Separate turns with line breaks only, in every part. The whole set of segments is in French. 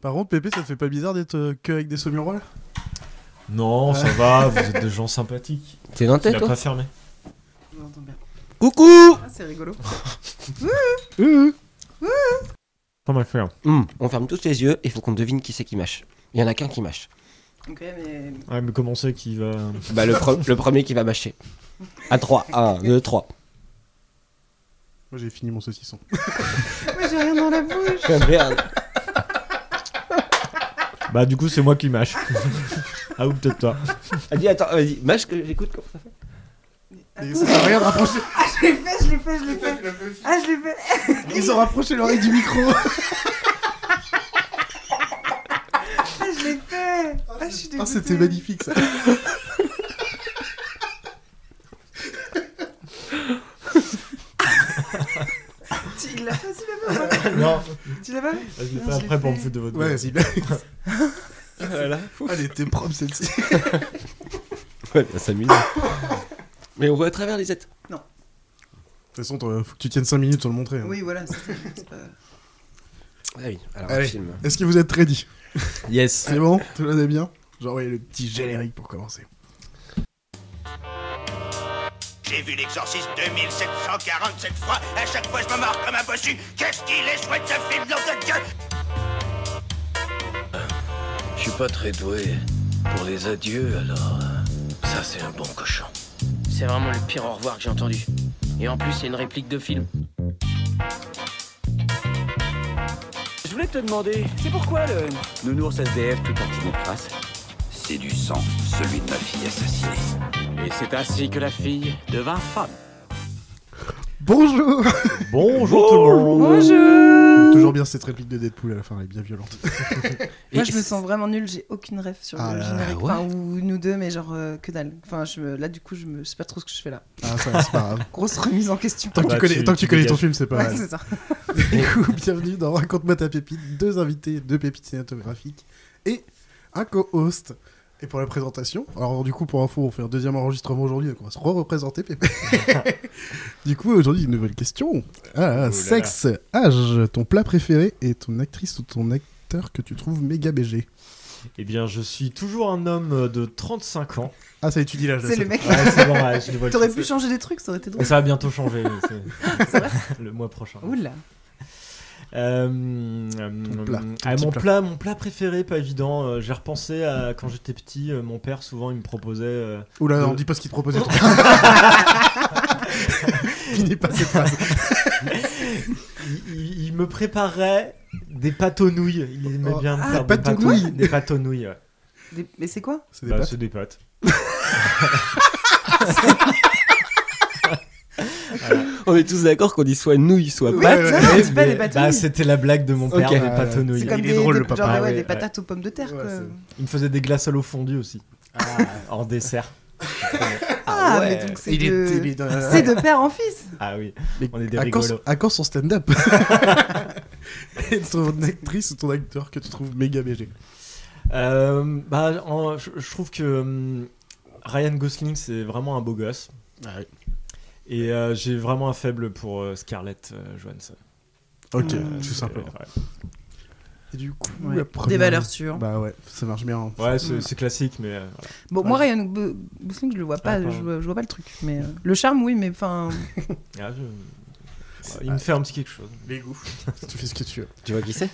Par contre, Pépé, ça te fait pas bizarre d'être euh, que avec des saumurois
Non, ça va, vous êtes des gens sympathiques.
T'es
Il
nantais,
a
toi
pas fermé.
Coucou
Ah, c'est rigolo.
Pas mal fait. hein.
Hum, On ferme tous les yeux et faut qu'on devine qui c'est qui mâche. Il y en a qu'un qui mâche.
Ok, mais.
Ouais, mais comment c'est qu'il va.
Bah, le, pre- le premier qui va mâcher. À 3, 1, 2, 3.
Moi, j'ai fini mon saucisson.
Mais Ah, j'ai rien dans la bouche.
Ah, Merde.
Bah, du coup, c'est moi qui mâche. ah, ou peut-être toi.
Vas-y, attends, vas-y, mâche que j'écoute. comment ça fait.
Et ça sert à rien de rapprocher.
Ah, je l'ai fait, je l'ai fait, je l'ai fait. Ah, je l'ai fait.
Ils ont rapproché l'oreille du micro.
Ah, je l'ai fait. Ah, je suis
Ah,
dégoûtée.
c'était magnifique ça.
Tu il l'a fait, tu l'as pas fait.
Non,
Tu l'as pas fait
je l'ai
Non,
fait
je l'ai
après pour
fait.
me foutre de votre
Ouais,
gueule.
c'est
Voilà.
Elle était propre celle-ci.
Ouais, ça s'amuse. Mais on voit à travers les êtres.
De toute façon, toi, faut que tu tiennes 5 minutes pour le montrer. hein.
Oui, voilà, c'est ça. c'est pas-
Ah oui, alors
Allez.
film.
Est-ce que vous êtes ready
Yes.
C'est bon Tout le monde est bien J'envoie le petit générique pour commencer.
J'ai vu l'exorciste 2747 fois, à chaque fois je me marre comme un bossu. Qu'est-ce qu'il est chouette ce film, nom de Dieu
Je suis pas très doué. Pour les adieux, alors. euh, Ça, c'est un bon cochon.
C'est vraiment le pire au revoir que j'ai entendu. Et en plus, c'est une réplique de film.
Je voulais te demander, c'est pourquoi le. Nounours SDF tout en de face C'est du sang, celui de ma fille assassinée.
Et c'est ainsi que la fille devint femme.
Bonjour
Bonjour tout le monde.
Toujours bien cette réplique de Deadpool à la fin, elle est bien violente.
Moi, je me sens vraiment nulle, j'ai aucune rêve sur
Ah
le
là,
générique.
ouais.
Enfin, ou nous deux, mais genre euh, que dalle. Enfin, je me- là, du coup, je, me... je sais pas trop ce que je fais là.
Ah, ça, va, c'est pas grave.
Grosse remise en question.
Tant que
Bah,
tu connais,
tu-
tant que tu
tu
connais ton
dégages.
film, c'est pas
Ouais,
mal.
c'est ça.
Du coup, bienvenue dans Raconte-moi ta pépite, deux invités, deux pépites cinématographiques et un co-host. Et pour la présentation, alors du coup, pour info, on fait un deuxième enregistrement aujourd'hui, donc on va se re-représenter, Pépé. du coup, aujourd'hui, une nouvelle question. Ah,
Oh là.
sexe, âge, ton plat préféré et ton actrice ou ton acteur que tu trouves méga BG.
Eh bien, je suis toujours un homme de 35 ans.
Ah, ça y est, tu dis l'âge. là,
C'est
ça
le mec.
Ouais, c'est normal, je le vois.
T'aurais pu changer des trucs, ça aurait été drôle.
Ça va bientôt changer. mais c'est- le mois prochain.
Oula.
Euh, euh,
plat, ton
ah,
petit
mon
plat.
plat, mon plat préféré, pas évident. Euh, J'ai repensé à quand j'étais petit, euh, mon père souvent il me proposait. euh,
Oula, on
Le-
dit pas ce qu'il te proposait. toi. Finis pas cette phrase.
il, il- il me préparait des pâtes aux nouilles. Il aimait
Oh,
bien me
ah,
faire
pâtes
des
aux
pâtes aux
nouilles.
Des pâtes aux nouilles. ouais.
Des- Mais c'est quoi
C'est des
Bah,
pâtes.
c'est des pâtes.
On est tous d'accord qu'on dit soit nouille, soit
Oui,
pâte.
non,
ouais,
non,
Eh,
c'est pas
mais-
des pâtes aux
bah,
nouilles.
c'était la blague de mon père,
Ok.
des
Ah,
pâtes aux
ouais.
nouilles.
C'est comme
il
des,
est drôle,
des-
le papa.
genre,
Ah
ouais,
ouais,
des
ouais.
patates aux pommes de terre.
Ouais,
quoi.
c'est-
Il me faisait des glaces à l'eau fondue aussi. en dessert.
Ah,
ouais.
mais donc c'est
Il est- il
de...
est dans-
c'est de père en fils.
Ah oui.
Mais
On est des
à quand,
rigolos.
à quand son stand-up Et ton actrice ou ton acteur que tu trouves méga BG
Euh, bah, en- je, je trouve que hum, Ryan Gosling, c'est vraiment un beau gosse.
Ah
Et euh, j'ai vraiment un faible pour euh, Scarlett euh, Johansson.
Ok,
Euh,
tout simplement.
euh,
Et du coup,
Ouais.
la première-
Des valeurs sûres.
Bah ouais, ça marche bien. hein.
ouais, c'est c'est classique, mais euh, voilà.
Bon, moi, Ryan Go- Gosling, je le vois pas,
Ah, pardon.
je, vois, je vois pas le truc. Mais euh, le charme, oui, mais enfin,
Ah, je- il me fait un petit quelque chose.
Les goûts. tu fais ce que tu veux.
Tu vois qui c'est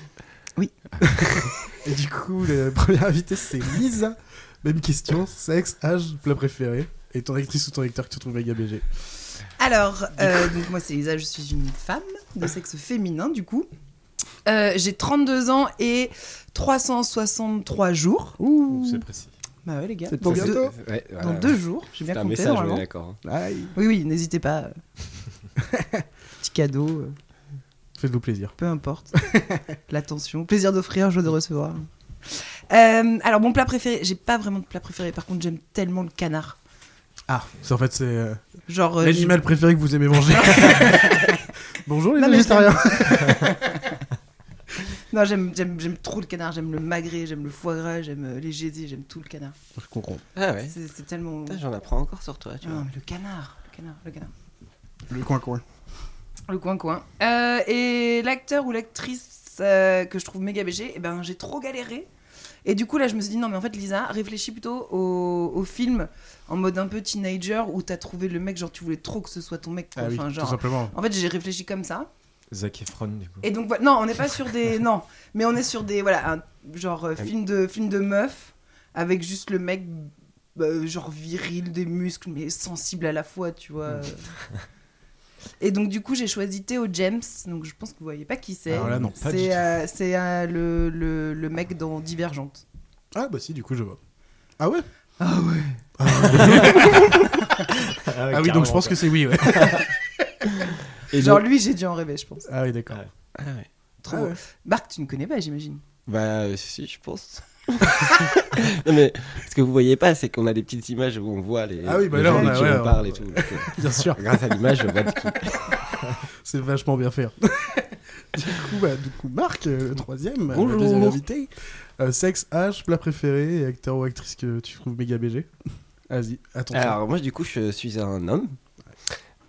Et du coup, la première invitée, c'est Lisa. Même question, sexe, âge, plat préféré. Et ton actrice ou ton acteur que tu trouves méga BG
Alors, euh, donc moi c'est Lisa, je suis une femme de sexe féminin du coup. Euh, j'ai 32 ans et 363 jours.
Ouh
C'est précis.
Bah ouais les gars,
C'est
dans,
pour
deux,
bientôt. Euh,
Ouais,
dans
voilà.
deux jours, j'ai bien
C'est un
compté
message, on est
normalement.
d'accord. hein.
Aïe.
Oui oui, n'hésitez pas. euh. Petit cadeau, euh,
Faites-vous plaisir.
peu importe. L'attention, plaisir d'offrir, joie de recevoir. Euh, alors mon plat préféré, j'ai pas vraiment de plat préféré, par contre j'aime tellement le canard.
Ah, c'est en fait, c'est euh,
Genre... euh,
l'animal préféré que vous aimez manger. Bonjour les
Non, mais
végétariens.
Non, j'aime, j'aime, j'aime trop le canard, j'aime le magret, j'aime le foie gras, j'aime euh, les gésiers, j'aime tout le canard.
Je comprends.
Ah ouais.
C'est, c'est tellement...
Putain, J'en apprends encore sur toi, tu
Ah,
vois.
mais le canard, le canard, le canard.
Le coin-coin.
Le coin coin. Euh, et l'acteur ou l'actrice ça- que je trouve méga BG, et ben j'ai trop galéré. Et du coup, là, je me suis dit, non, mais en fait, Lisa, réfléchis plutôt au, au film en mode un peu teenager où t'as trouvé le mec, genre, tu voulais trop que ce soit ton mec. quoi.
Ah oui,
Enfin,
tout
genre,
simplement.
en fait, j'ai réfléchi comme ça.
Zac Efron, du coup.
Et donc, voilà- non, on n'est pas sur des. non, mais on est sur des. Voilà, un, genre,
Ah
euh, film, de, film de meuf avec juste le mec, bah, genre, viril, des muscles, mais sensible à la fois, tu
Hmm.
vois. Et donc, du coup, j'ai choisi Théo James, donc je pense que vous voyez pas qui c'est.
Alors là, non, pas du
C'est
tout.
euh, c'est, euh, le, le, le mec dans Divergente.
Ah bah si, du coup, je vois. Ah ouais
Ah ouais
Ah oui, donc je pense que c'est oui, ouais.
Ah. Et
Genre,
donc-
lui, j'ai dû en rêver, je pense.
Ah oui, d'accord.
Ah ouais.
Trop.
Ah ouais.
Marc, tu ne connais pas, j'imagine.
Bah, euh, si, je pense. non, mais ce que vous voyez pas, c'est qu'on a des petites images où on voit les,
Ah oui, bah
les
là,
gens
on
de
a-
qui
ouais,
on
on-
parle et tout. Donc, euh,
Bien sûr.
grâce à l'image, bah, je vois de qui.
C'est vachement bien fait. hein. du, coup, bah, du coup, Marc, euh, le troisième, euh,
Bonjour.
le deuxième invité. Euh, sexe, âge, plat préféré et acteur ou actrice que tu trouves méga BG. Vas-y, attention.
Alors, moi, du coup, je suis un homme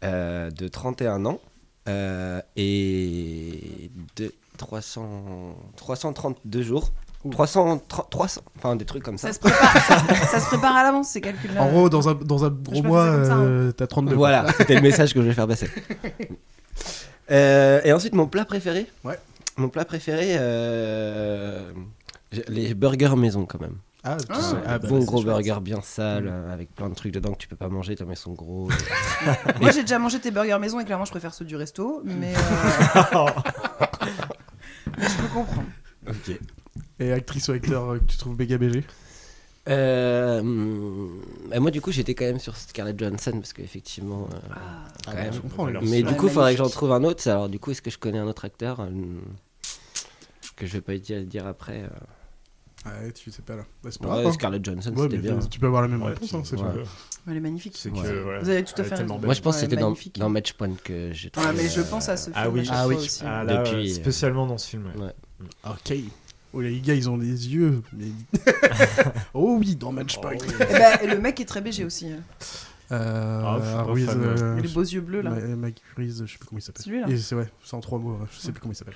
euh, de 31 ans euh, et de 300, 332 jours. 300, 300, enfin des trucs comme ça.
Ça se prépare, ça, ça se prépare à l'avance, ces calculs-là.
euh,
en gros, dans un, dans un gros
Je me
mois,
faisais comme ça, hein.
euh, t'as 32. quoi.
Voilà, c'était le message que je vais faire passer. Euh, et ensuite, mon plat préféré
Ouais.
Mon plat préféré, euh, j'ai- les burgers maison quand même.
Ah, tout
Ah,
ça. Ah, bah,
bon
c'est
gros
chouette. Mm.
burger bien sale, euh, avec plein de trucs dedans que tu peux pas manger, comme ils sont gros.
Moi, j'ai déjà mangé tes burgers maison et clairement, je préfère ceux du resto, mais. euh, mais je peux comprendre.
ok.
Et actrice ou acteur euh, que tu trouves méga BG.
Euh, hum, bah, moi, du coup, j'étais quand même sur Scarlett Johansson parce qu'effectivement. euh, quand
bah,
même.
je comprends.
Alors,
Mais
c'est
du
vrai.
coup, il faudrait que j'en
Magnifique.
trouve un autre. Alors, du coup, est-ce que je connais un autre acteur euh, que je vais pas dire, dire après euh.
Ouais, tu sais pas là. Bah, c'est pas
Ouais,
grave, hein.
Scarlett Johansson,
Ouais,
c'était
mais
bien.
fais- tu peux avoir la même
Ouais,
réponse, hein, c'est
ouais.
pas-
Elle est magnifique.
C'est
Ouais.
que, voilà,
Vous avez tout à
elle est
fait
tellement
raison.
belle.
Moi, je pense que
Ouais,
c'était dans,
magnifique.
dans Match Point que j'ai trouvé.
Ouais, mais je
euh,
pense à ce film.
ah oui.
à chaque
Ah
fois
oui.
aussi.
Ah là,
Depuis,
euh,
euh,
spécialement dans ce film. ouais.
Ouais.
Ok. Oh, les gars, ils ont des yeux. Mais... oh oui, dans Match Point.
Eh ben, le mec est très BG aussi. hein.
Euh,
Ah, je suis pas
Ruiz,
fan, ouais.
euh,
Il a les beaux yeux bleus, là.
Ma- Mike Ruiz, je sais plus comment il s'appelle.
Celui-là.
Et C'est ouais, c'est en trois mots, ouais, je sais plus comment il s'appelle.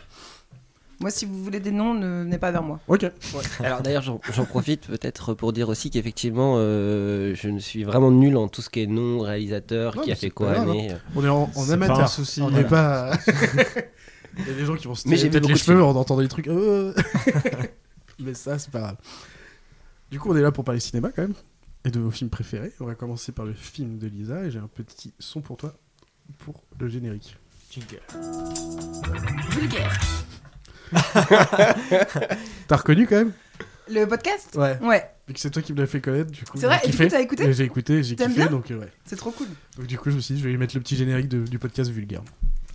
Moi, si vous voulez des noms, ne venez pas vers moi.
Ok.
Alors d'ailleurs, j'en j'en profite peut-être pour dire aussi qu'effectivement, euh, je ne suis vraiment nul en tout ce qui est nom, réalisateur,
Non,
qui
mais
a
c'est
fait quoi,
pas grave,
année. euh.
On est en, en
C'est
amateur.
pas un souci.
on n'est pas. il y a des gens qui vont se
Mais
tirer
j'ai vu
peut-être les
beaucoup de
cheveux en entendant des trucs. euh. Mais ça, c'est pas grave. Du coup, on est là pour parler cinéma quand même et de vos films préférés. On va commencer par le film de Lisa et j'ai un petit son pour toi pour le générique.
Vulgaire.
T'as reconnu quand même
Le podcast
Ouais.
Ouais,
Vu que c'est toi qui me l'as fait connaître, du coup.
C'est vrai,
j'ai
et du
kiffé.
coup, t'as écouté
Et J'ai écouté, j'ai
T'aimes
kiffé,
bien
donc euh, ouais.
c'est trop cool.
Donc, du coup, je me suis dit, je vais lui mettre le petit générique de- du podcast Vulgaire,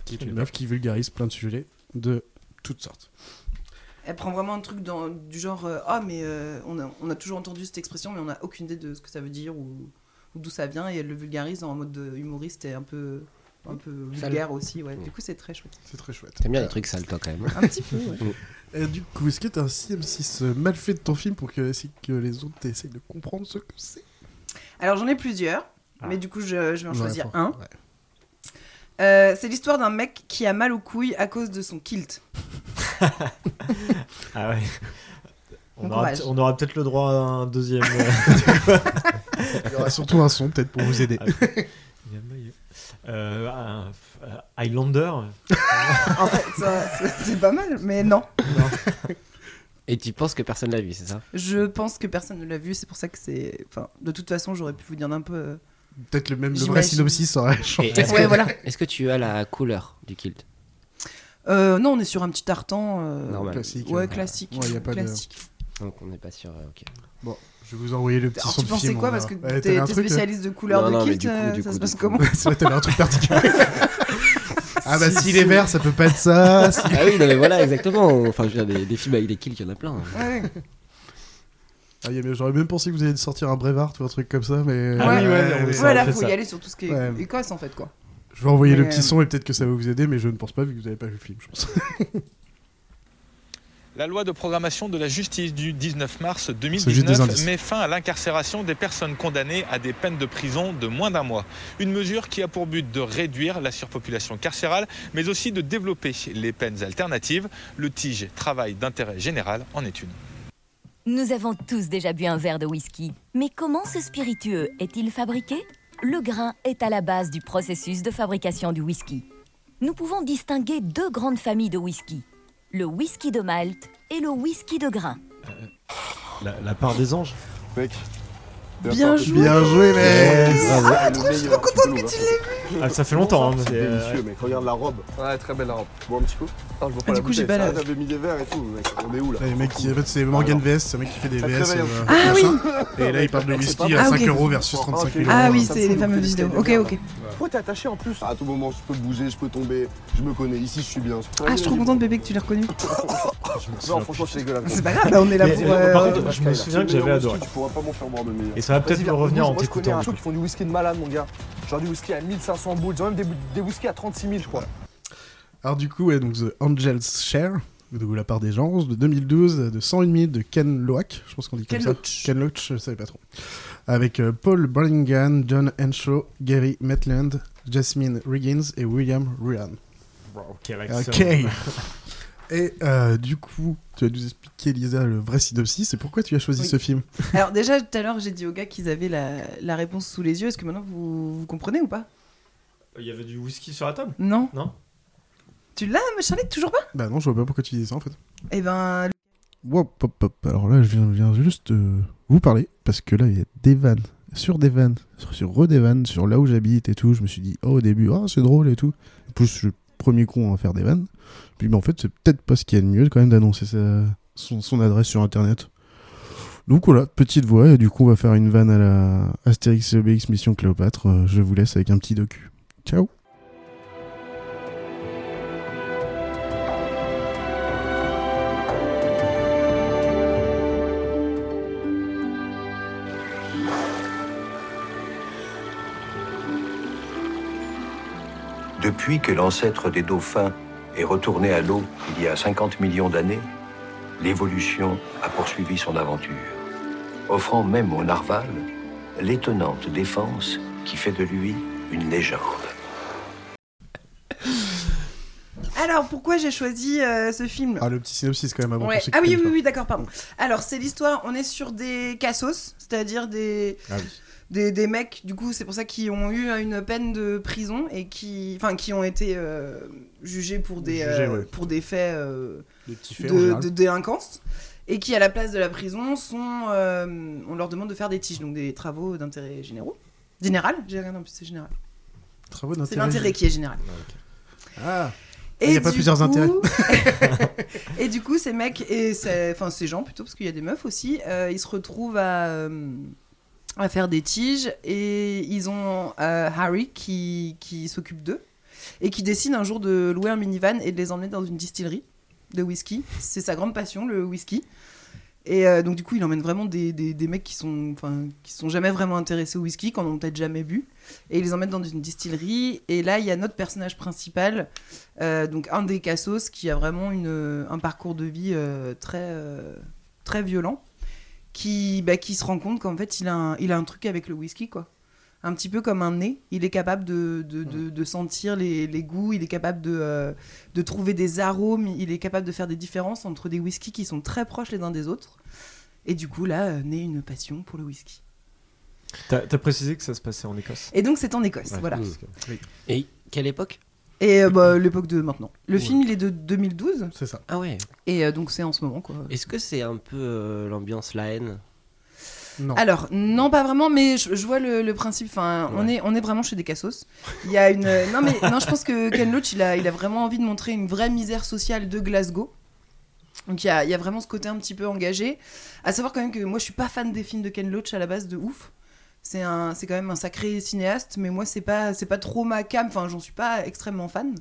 qui est une meuf qui vulgarise plein de sujets de toutes sortes.
Elle prend vraiment un truc dans, du genre euh, Ah, mais euh, on, a, on a toujours entendu cette expression, mais on n'a aucune idée de ce que ça veut dire ou, ou d'où ça vient. Et elle le vulgarise en mode euh, humoriste et un peu, un peu vulgaire aussi. Ouais. Du coup, c'est très chouette.
C'est très chouette.
T'aimes bien les trucs sales, toi, quand même. hein.
Un petit peu, ouais.
Et du coup, est-ce que t'as un CM6 euh, mal fait de ton film pour que, c'est que les autres essayent de comprendre ce que c'est
Alors, j'en ai plusieurs,
Ah.
mais du coup, je, je vais en
Ouais,
choisir
faut-
un.
ouais.
Euh, c'est l'histoire d'un mec qui a mal aux couilles à cause de son kilt.
Ah ouais. On
Bon
aura,
courage.
on aura peut-être le droit à un deuxième. euh,
Il y aura surtout un son peut-être pour vous aider.
Euh, un- euh, Highlander
En fait, ça, c'est- c'est pas mal, mais non.
Et tu penses que personne l'a vu, c'est ça
Je pense que personne ne l'a vu, c'est pour ça que c'est. Enfin, de toute façon, j'aurais pu vous dire un peu. euh,
peut-être le même le vrai
J'imagine.
synopsis aurait changé.
Et Est-ce
Ouais,
que,
voilà.
est-ce que tu as la couleur du kilt
Euh, non, on est sur un petit tartan. euh,
Normal.
Classique.
Ouais,
euh.
classique.
Ouais, y a pas de-
classique.
Donc, on n'est pas sûr. euh, ok.
Bon, je vais vous envoyer le petit
Alors,
son
tu
de
pensais
film,
quoi
on
Parce que
verra. Ouais,
t'es
t'avais un
t'es
truc, euh,
spécialiste de couleurs
Non,
de
non, mais
kilt,
du coup,
euh,
du
ça
coup, du
se passe
coup.
comment
c'est vrai, t'avais un truc particulier. ah bah si les verts, ça peut pas être ça. si-
Ah oui, non, mais voilà, exactement. Enfin, je veux dire, des, des films avec des kilts, il y en a plein. hein.
Ouais, ouais.
Ah, y a- J'aurais même pensé que vous alliez sortir un Brevard ou un truc comme ça, mais. euh,
Ah oui, ouais, on
mais-
Ça,
Voilà,
on fait
faut
ça.
y aller sur tout ce qui est
Ouais.
Écosse en fait quoi.
Je vais envoyer le
Mais,
petit
euh,
son et peut-être que ça va vous aider, mais je ne pense pas vu que vous n'avez pas vu le film, je pense.
La loi de programmation de la justice du 19 mars
C'est juste des
2019
indices.
met fin à l'incarcération des personnes condamnées à des peines de prison de moins d'un mois. Une mesure qui a pour but de réduire la surpopulation carcérale, mais aussi de développer les peines alternatives. Le TIGE, travail d'intérêt général, en est une.
Nous avons tous déjà bu un verre de whisky. Mais comment ce spiritueux est-il fabriqué Le grain est à la base du processus de fabrication du whisky. Nous pouvons distinguer deux grandes familles de whisky. Le whisky de malt et le whisky de grain.
La, la part des anges.
Mec.
Bien joué.
Bien joué,
Ouais,
mec
Eh, bravo.
Ah, trop, je suis trop contente que tu l'aies
Ah, ça fait longtemps. hein,
C'est
mais, euh,
délicieux, mec. Regarde la robe. Ouais, très belle la robe. Bon, un petit coup Non, je
hein.
vois
Ah, du coup, j'ai pas la-
Ah, t'avais mis des verres et tout, mec. On est où là
Là, le mec, Ah, qui- en fait, c'est Morgan VS, c'est un mec qui fait des
Ça te
VS.
réveille un
euh,
Ah oui
machin. Et là, il parle de whisky à
Ah, ok.
5 euros versus 35 000 euros.
Ah oui, c'est les fameuses vidéos. Ok, ok.
Pourquoi t'es attaché en plus À tout moment, je peux bouger, je peux tomber. Je me connais. Ici, je suis bien.
Ah, je suis trop contente, bébé, que tu l'aies reconnu.
je me souviens
Non, franchement, c'est dégueulasse.
C'est pas grave, là, on est là
Mais,
pour.
euh,
euh,
par contre, je me souviens que
Tu me mets
j'avais
en
adoré.
whisky, Tu pourras pas m'en faire boire de meilleur.
Et ça va peut-être me
Vas-y,
revenir
viens,
en
moi, je connais
t'écoutant.
un truc, ils font du whisky de malade, mon gars. Genre du whisky à 1500 boules, ils ont même des, bou- des whisky à 36 000, je crois.
Alors du coup, ouais, donc The Angel's Share, de la part des gens, de 2012, de 101 minutes de Ken Loach, je pense qu'on dit comme
Ken
ça.
Loach.
Ken Loach, je savais pas trop. Avec euh, Paul Burlingame, John Henshaw, Gary Maitland, Jasmine Riggins et William Ruan.
Wow, quel accent.
Ok. Et euh, du coup, tu vas nous expliquer, Lisa, le vrai synopsis et pourquoi tu as choisi
Oui.
ce film.
Alors, déjà, tout à l'heure, j'ai dit aux gars qu'ils avaient la, la réponse sous les yeux. Est-ce que maintenant vous, vous comprenez ou pas
Il y avait du whisky sur la table.
Non
Non.
Tu l'as, ma Charlotte, toujours pas
Bah non, je vois pas pourquoi tu dis ça en fait.
Eh ben,
Wow, pop, pop. Alors là, je viens, je viens juste euh, vous parler parce que là, il y a des vannes sur des vannes, sur, sur re des vannes, sur là où j'habite et tout. Je me suis dit, oh, au début, ah, c'est drôle et tout. En plus, je suis le premier con à faire des vannes. Puis, bah, en fait, c'est peut-être pas ce qu'il y a de mieux quand même d'annoncer sa- son, son adresse sur internet. Donc voilà, petite voix, et du coup, on va faire une vanne à la Astérix et Obélix Mission Cléopâtre. Euh, Je vous laisse avec un petit docu. Ciao!
Depuis que l'ancêtre des dauphins est retourné à l'eau il y a 50 millions d'années, l'évolution a poursuivi son aventure, offrant même au narval l'étonnante défense qui fait de lui une légende.
alors pourquoi j'ai choisi euh, ce film
Ah, le petit synopsis quand même avant
Ouais. Ah oui, oui, oui, oui, d'accord, pardon. Alors, c'est l'histoire, on est sur des cassos, c'est-à-dire des,
Ah
des, des mecs, du coup, c'est pour ça qu'ils ont eu une peine de prison et qui, enfin, qui ont été euh, jugés pour des,
Jugés,
euh,
ouais.
pour des faits euh,
Des petits
de, de délinquance et qui, à la place de la prison, sont, euh, on leur demande de faire des tiges, donc des travaux d'intérêt généraux. Général J'ai rien, en plus, c'est général. C'est l'intérêt qui est général.
Ah!
Et
Il y a pas
du
plusieurs intérêts.
et du coup, ces mecs, et ces- enfin ces gens plutôt, parce qu'il y a des meufs aussi, euh, ils se retrouvent à, euh, à faire des tiges et ils ont euh, Harry qui, qui s'occupe d'eux et qui décide un jour de louer un minivan et de les emmener dans une distillerie de whisky. C'est sa grande passion, le whisky. Et euh, donc du coup, il emmène vraiment des, des- des mecs qui sont, enfin, qui sont jamais vraiment intéressés au whisky, qu'en ont peut-être jamais bu, et ils les emmènent dans une distillerie. Et là, il y a notre personnage principal euh, donc un des cassos qui a vraiment une, un parcours de vie euh, très, euh, très violent, qui, bah, qui se rend compte qu'en fait il a, un, il a un truc avec le whisky, quoi. Un petit peu comme un nez, il est capable de, de, de- de sentir les, les goûts, il est capable de, euh, de trouver des arômes, il est capable de faire des différences entre des whiskies qui sont très proches les uns des autres. Et du coup, là, euh, naît une passion pour le whisky.
T'as t'as précisé que ça se passait en Écosse.
Et donc, c'est en Écosse,
Ouais, Mm.
voilà. Euh,
parce que-
Et quelle époque
Et euh, bah, l'époque de maintenant. Le film, il est de 2012,
C'est ça.
Ah ouais.
et euh, donc c'est en ce moment, quoi.
Est-ce que c'est un peu euh, l'ambiance la haine
Non.
Alors, non, pas vraiment, mais je, je vois le, le principe. Enfin, on, est, on est vraiment chez des cassos. Il y a une. euh, Non, mais non, je pense que Ken Loach, il a, il a vraiment envie de montrer une vraie misère sociale de Glasgow. Donc, il y a, il y a vraiment ce côté un petit peu engagé. À savoir quand même que moi, je suis pas fan des films de Ken Loach à la base de ouf. C'est un- c'est quand même un sacré cinéaste, mais moi, c'est pas, c'est pas trop ma cam. Enfin, j'en suis pas extrêmement fan.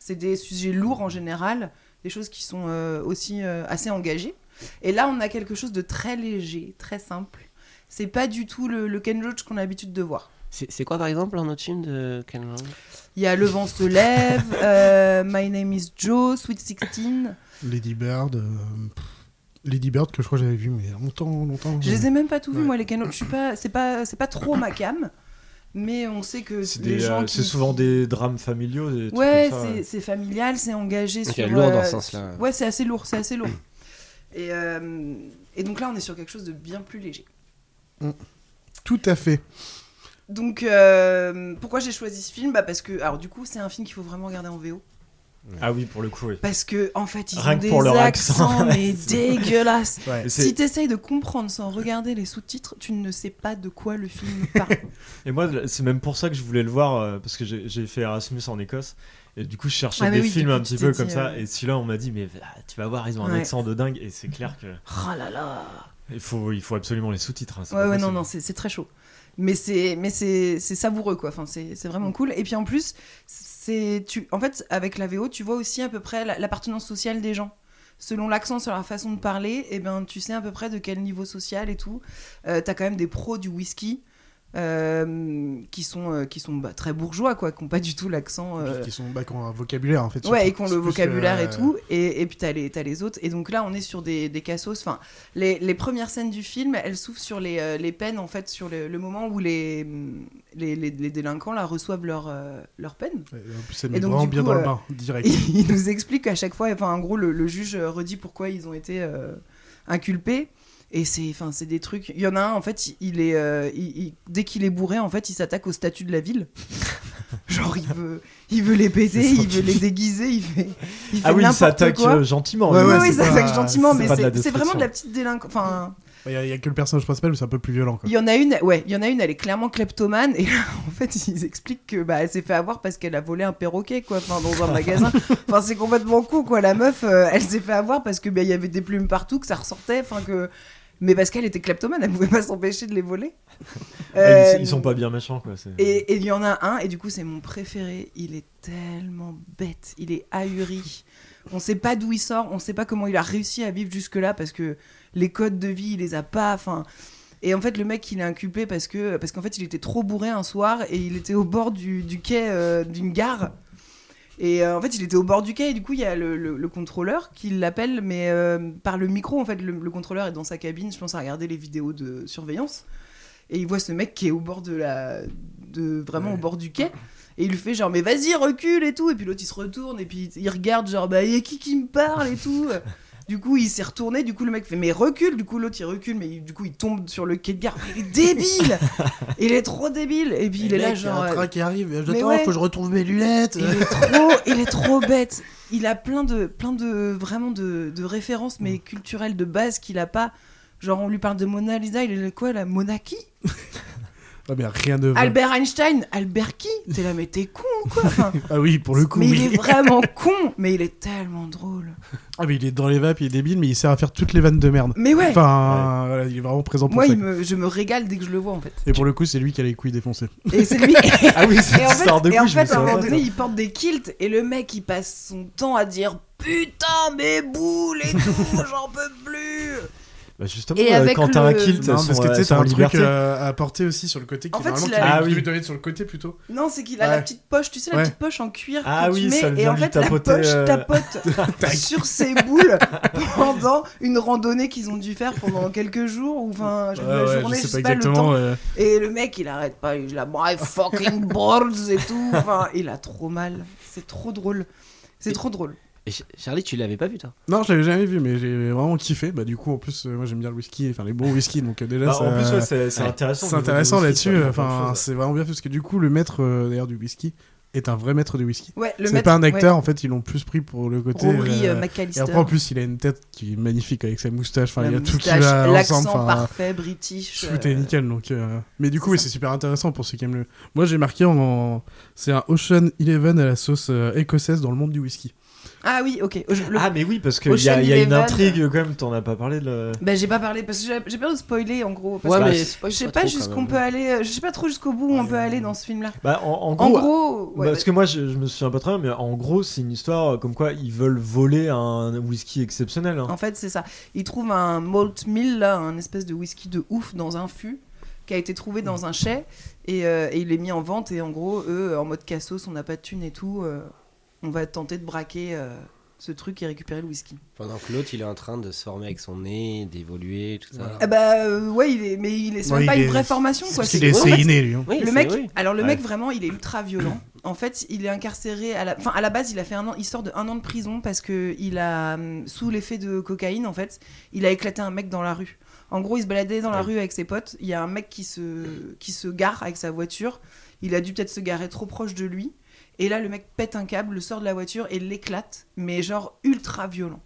C'est des sujets lourds en général, des choses qui sont euh, aussi euh, assez engagées. Et là, on a quelque chose de très léger, très simple. C'est pas du tout le, le Ken Loach qu'on a l'habitude de voir.
C'est c'est quoi par exemple un autre film de Ken Loach
Il y a Le vent se lève, euh, My Name is Joe, Sweet Sixteen.
Lady Bird. euh, pff, Lady Bird que je crois que j'avais vu, mais il y a longtemps, longtemps.
Je les ai même pas tout vus,
Ouais.
moi, les canaux. Je suis pas, c'est pas, c'est pas trop ma cam, mais on sait que
C'est
les
des,
gens
euh,
qui-
c'est souvent des drames familiaux. Des trucs
Ouais,
comme ça,
c'est- c'est familial, c'est engagé.
Ok,
sur, euh,
lourd dans ce sens-là.
Ouais, c'est assez lourd, c'est assez lourd. et, euh, et donc là, on est sur quelque chose de bien plus léger.
Tout à fait.
Donc, euh, pourquoi j'ai choisi ce film bah Parce que, alors du coup, c'est un film qu'il faut vraiment regarder en VO.
Ah oui, pour le coup, oui.
Parce que, en fait, ils
Rien
ont
que
des
pour leur accent.
accents, mais dégueulasses.
Ouais. C'est-
Si t'essayes de comprendre sans regarder les sous-titres, tu ne sais pas de quoi le film parle.
Et moi, c'est même pour ça que je voulais le voir, euh, parce que j'ai j'ai fait Erasmus en Écosse. Et du coup, je cherchais
Ah, mais
des
oui,
films
depuis
un
que
petit
tu
peu
t'es
comme
dit,
ça.
euh,
Et celui-là, on m'a dit, mais ah, tu vas voir, ils ont un
Ouais.
accent de dingue. Et c'est clair que
oh là là
il faut, il faut absolument les sous-titres. hein, c'est
Ouais,
pas
ouais, non,
possible.
non, c'est c'est très chaud. Mais c'est mais c'est c'est savoureux, quoi. Enfin, c'est c'est
Mm.
vraiment cool. Et puis en plus, c'est tu en fait, avec la VO, tu vois aussi à peu près la- l'appartenance sociale des gens. Selon l'accent, sur la façon de parler, et ben, tu sais à peu près de quel niveau social et tout. Euh, T'as quand même des pros du whisky euh, qui sont, euh, qui sont bah, très bourgeois, quoi, qui n'ont pas du tout l'accent. euh,
Qui sont bah, qui ont un vocabulaire en fait.
Ouais,
surtout.
et qu'on
C'est
le
plus,
vocabulaire
euh,
et tout. Et, et puis t'as les, t'as les autres. Et donc là, on est sur des, des cassos. Enfin, les, les premières scènes du film, elles s'ouvrent sur les, euh, les peines, en fait, sur le, le moment où les, les, les- les délinquants là, reçoivent leur, euh, leur peine.
Ouais, en plus, ça met vraiment bien dans le bain, direct.
euh, Il nous explique à chaque fois, enfin, en gros, le, le juge euh, redit pourquoi ils ont été euh, inculpés. Et c'est enfin, c'est des trucs. Il y en a un, en fait, il- il est, euh, il- il- dès qu'il est bourré, en fait, il s'attaque au statut de la ville. Genre, il veut, il veut les baiser, il veut les déguiser, il fait, il fait
Ah oui, il
n'importe
s'attaque
quoi.
euh, gentiment.
Ouais,
Ouais,
lui.
ouais,
c'est
il s'attaque
pas-
gentiment,
c'est
mais
pas de la
c'est c'est vraiment de la
destruction.
petite délinquance. Enfin,
Il n'y a, il y a que le personnage principal, mais c'est un peu plus violent. Quoi.
il y en a une, ouais, il y en a une, elle est clairement kleptomane et là, en fait ils expliquent que bah elle s'est fait avoir parce qu'elle a volé un perroquet quoi, enfin dans un magasin. Enfin c'est complètement con quoi, la meuf, euh, elle s'est fait avoir parce que bah, il y avait des plumes partout, que ça ressortait, enfin que, mais parce qu'elle était kleptomane, elle pouvait pas s'empêcher de les voler.
Ah, ils-
Euh,
ils, sont pas bien méchants, quoi. c'est-
et et il y en a un, et du coup, c'est mon préféré. Il est tellement bête, il est ahuri. On sait pas d'où il sort, on sait pas comment il a réussi à vivre jusque-là parce que les codes de vie, il les a pas. Enfin. Et en fait, le mec, il est inculpé parce que parce qu'en fait, il était trop bourré un soir et il était au bord du, du quai euh, d'une gare. Et euh, en fait, il était au bord du quai et du coup, il y a le, le- le contrôleur qui l'appelle, mais euh, par le micro. En fait, le, le contrôleur est dans sa cabine, je pense, à regarder les vidéos de surveillance. Et il voit ce mec qui est au bord de la. De, vraiment au bord du quai. Et il lui fait genre, mais vas-y, recule et tout. Et puis l'autre, il se retourne et puis il regarde, genre, bah, y a qui qui me parle et tout. Du coup, il s'est retourné. Du coup, le mec fait, mais recule. Du coup, l'autre, il recule. Mais il- du coup, il tombe sur le quai de gare. Mais il est débile Il est trop débile Et puis, il
Et
est là,
Eh mec, y a
genre.
un
euh,
train qui arrive,
mais
j'attends,
ouais.
faut que je retrouve mes lunettes.
il est trop, il est trop bête. Il a plein de, plein de, vraiment de, de références
Mm.
mais culturelles de base qu'il a pas. Genre on lui parle de Mona Lisa, il est là, quoi la Mona qui
Ah, mais rien de vrai.
Albert Einstein, Albert qui T'es là mais t'es con ou quoi Enfin,
Ah oui, pour le coup.
Mais
oui.
il est vraiment con, mais il est tellement drôle.
Ah, mais il est dans les vapes, il est débile, mais il sert à faire toutes les vannes de merde.
Mais ouais.
Enfin, voilà, il est vraiment présent pour
Moi
ça.
il me, je me régale dès que je le vois en fait.
Et pour le coup, c'est lui qui a les couilles défoncées.
Et c'est lui.
Ah oui, cette
et en fait,
histoire de
et en
couche, je me
fait, à un
souviens
moment
pas,
donné, il porte des kilts et le mec il passe son temps à dire putain mes boules et tout, j'en peux plus.
Bah, justement,
Et
euh,
avec
quand t'as un
le-
kilt,
Non,
son-
parce que tu sais,
son
t'as un
liberté.
truc euh, à porter aussi sur le côté qui
En fait,
normalement,
il
tu
a-
mets-
Ah
tu
oui.
dois être sur le côté plutôt.
Non, c'est qu'il a la
Ouais.
petite poche, tu sais, la
Ouais.
petite poche en cuir
Ah
que
oui,
tu mets,
ça
et
vient
en
lui
fait,
tapoter,
la poche
euh,
tapote sur ses boules pendant une randonnée qu'ils ont dû faire pendant quelques jours, ou enfin, je- la journée, je sais pas, le temps.
euh,
Et le mec, il arrête pas, il est là, my fucking balls et tout, enfin, il a trop mal, c'est trop drôle. C'est trop drôle.
Et Ch- Charlie, tu l'avais pas vu, toi
Non, je l'avais jamais vu, mais j'ai vraiment kiffé. Bah, du coup, en plus, euh, moi j'aime bien le whisky, enfin les bons whisky, donc euh, déjà
Bah,
ça.
en plus, ouais, c'est c'est
ouais.
intéressant.
C'est
au niveau
intéressant
des
là-dessus,
whisky, ça apprend plein
enfin
de choses. hein.
c'est vraiment bien fait parce que du coup le maître euh, d'ailleurs du whisky est un vrai maître du whisky.
Ouais, le
C'est
maître-
pas un
ouais,
acteur en fait, ils l'ont plus pris pour le côté.
Rory euh,
euh, et
McAllister.
après en plus il a une tête qui est magnifique avec sa moustache, enfin
la
il y a tout qui
moustache,
va ensemble.
L'accent
enfin,
parfait, british.
Tout
euh,
est nickel donc. euh, Mais du coup
c'est
oui,
ça.
c'est super intéressant pour ceux qui aiment le. Moi j'ai marqué en c'est un Ocean Eleven à la sauce euh, écossaise dans le monde du whisky.
Ah oui, ok. Je- le-
Ah, mais oui, parce qu'il y a,
Ocean
il y a une
Eleven.
intrigue quand même, t'en as pas parlé de la-
Bah, j'ai pas parlé parce que j'ai- j'ai peur de spoiler en gros. parce
Ouais,
que
mais
je sais pas jusqu'on peut aller, euh, je sais pas trop jusqu'au bout
Ah,
où on peut aller dans ce film là.
Bah, en, en
En
gros.
gros,
bah,
ouais,
parce que moi je, je me souviens pas très bien, mais en gros c'est une histoire euh, comme quoi ils veulent voler un whisky exceptionnel. hein.
en fait c'est ça. Ils trouvent un malt mill là, un espèce de whisky de ouf dans un fût qui a été trouvé dans un chai et, euh, et il est mis en vente et en gros eux en mode cassos, on n'a pas de thunes et tout, euh, on va tenter de braquer euh, ce truc et récupérer le whisky.
Pendant que l'autre, il est en train de se former avec son nez, d'évoluer, tout ça.
Ah bah euh, ouais, il est, mais il est, c'est
Ouais,
même pas
il
une
est-
vraie formation quoi.
c'est- il est-
en
c'est
fait,
inné, lui, hein. Oui,
le
c'est-
mec,
oui.
alors le mec
Ouais.
vraiment, il est ultra violent. En fait, il est incarcéré à la, enfin à la base, il a fait un an, il sort de un an de prison parce que il a hum, sous l'effet de cocaïne en fait, il a éclaté un mec dans la rue. En gros, il se baladait dans la rue avec ses potes. Il y a un mec qui se qui se gare avec sa voiture. Il a dû peut-être se garer trop proche de lui. Et là, le mec pète un câble, le sort de la voiture et l'éclate, mais genre ultra violent.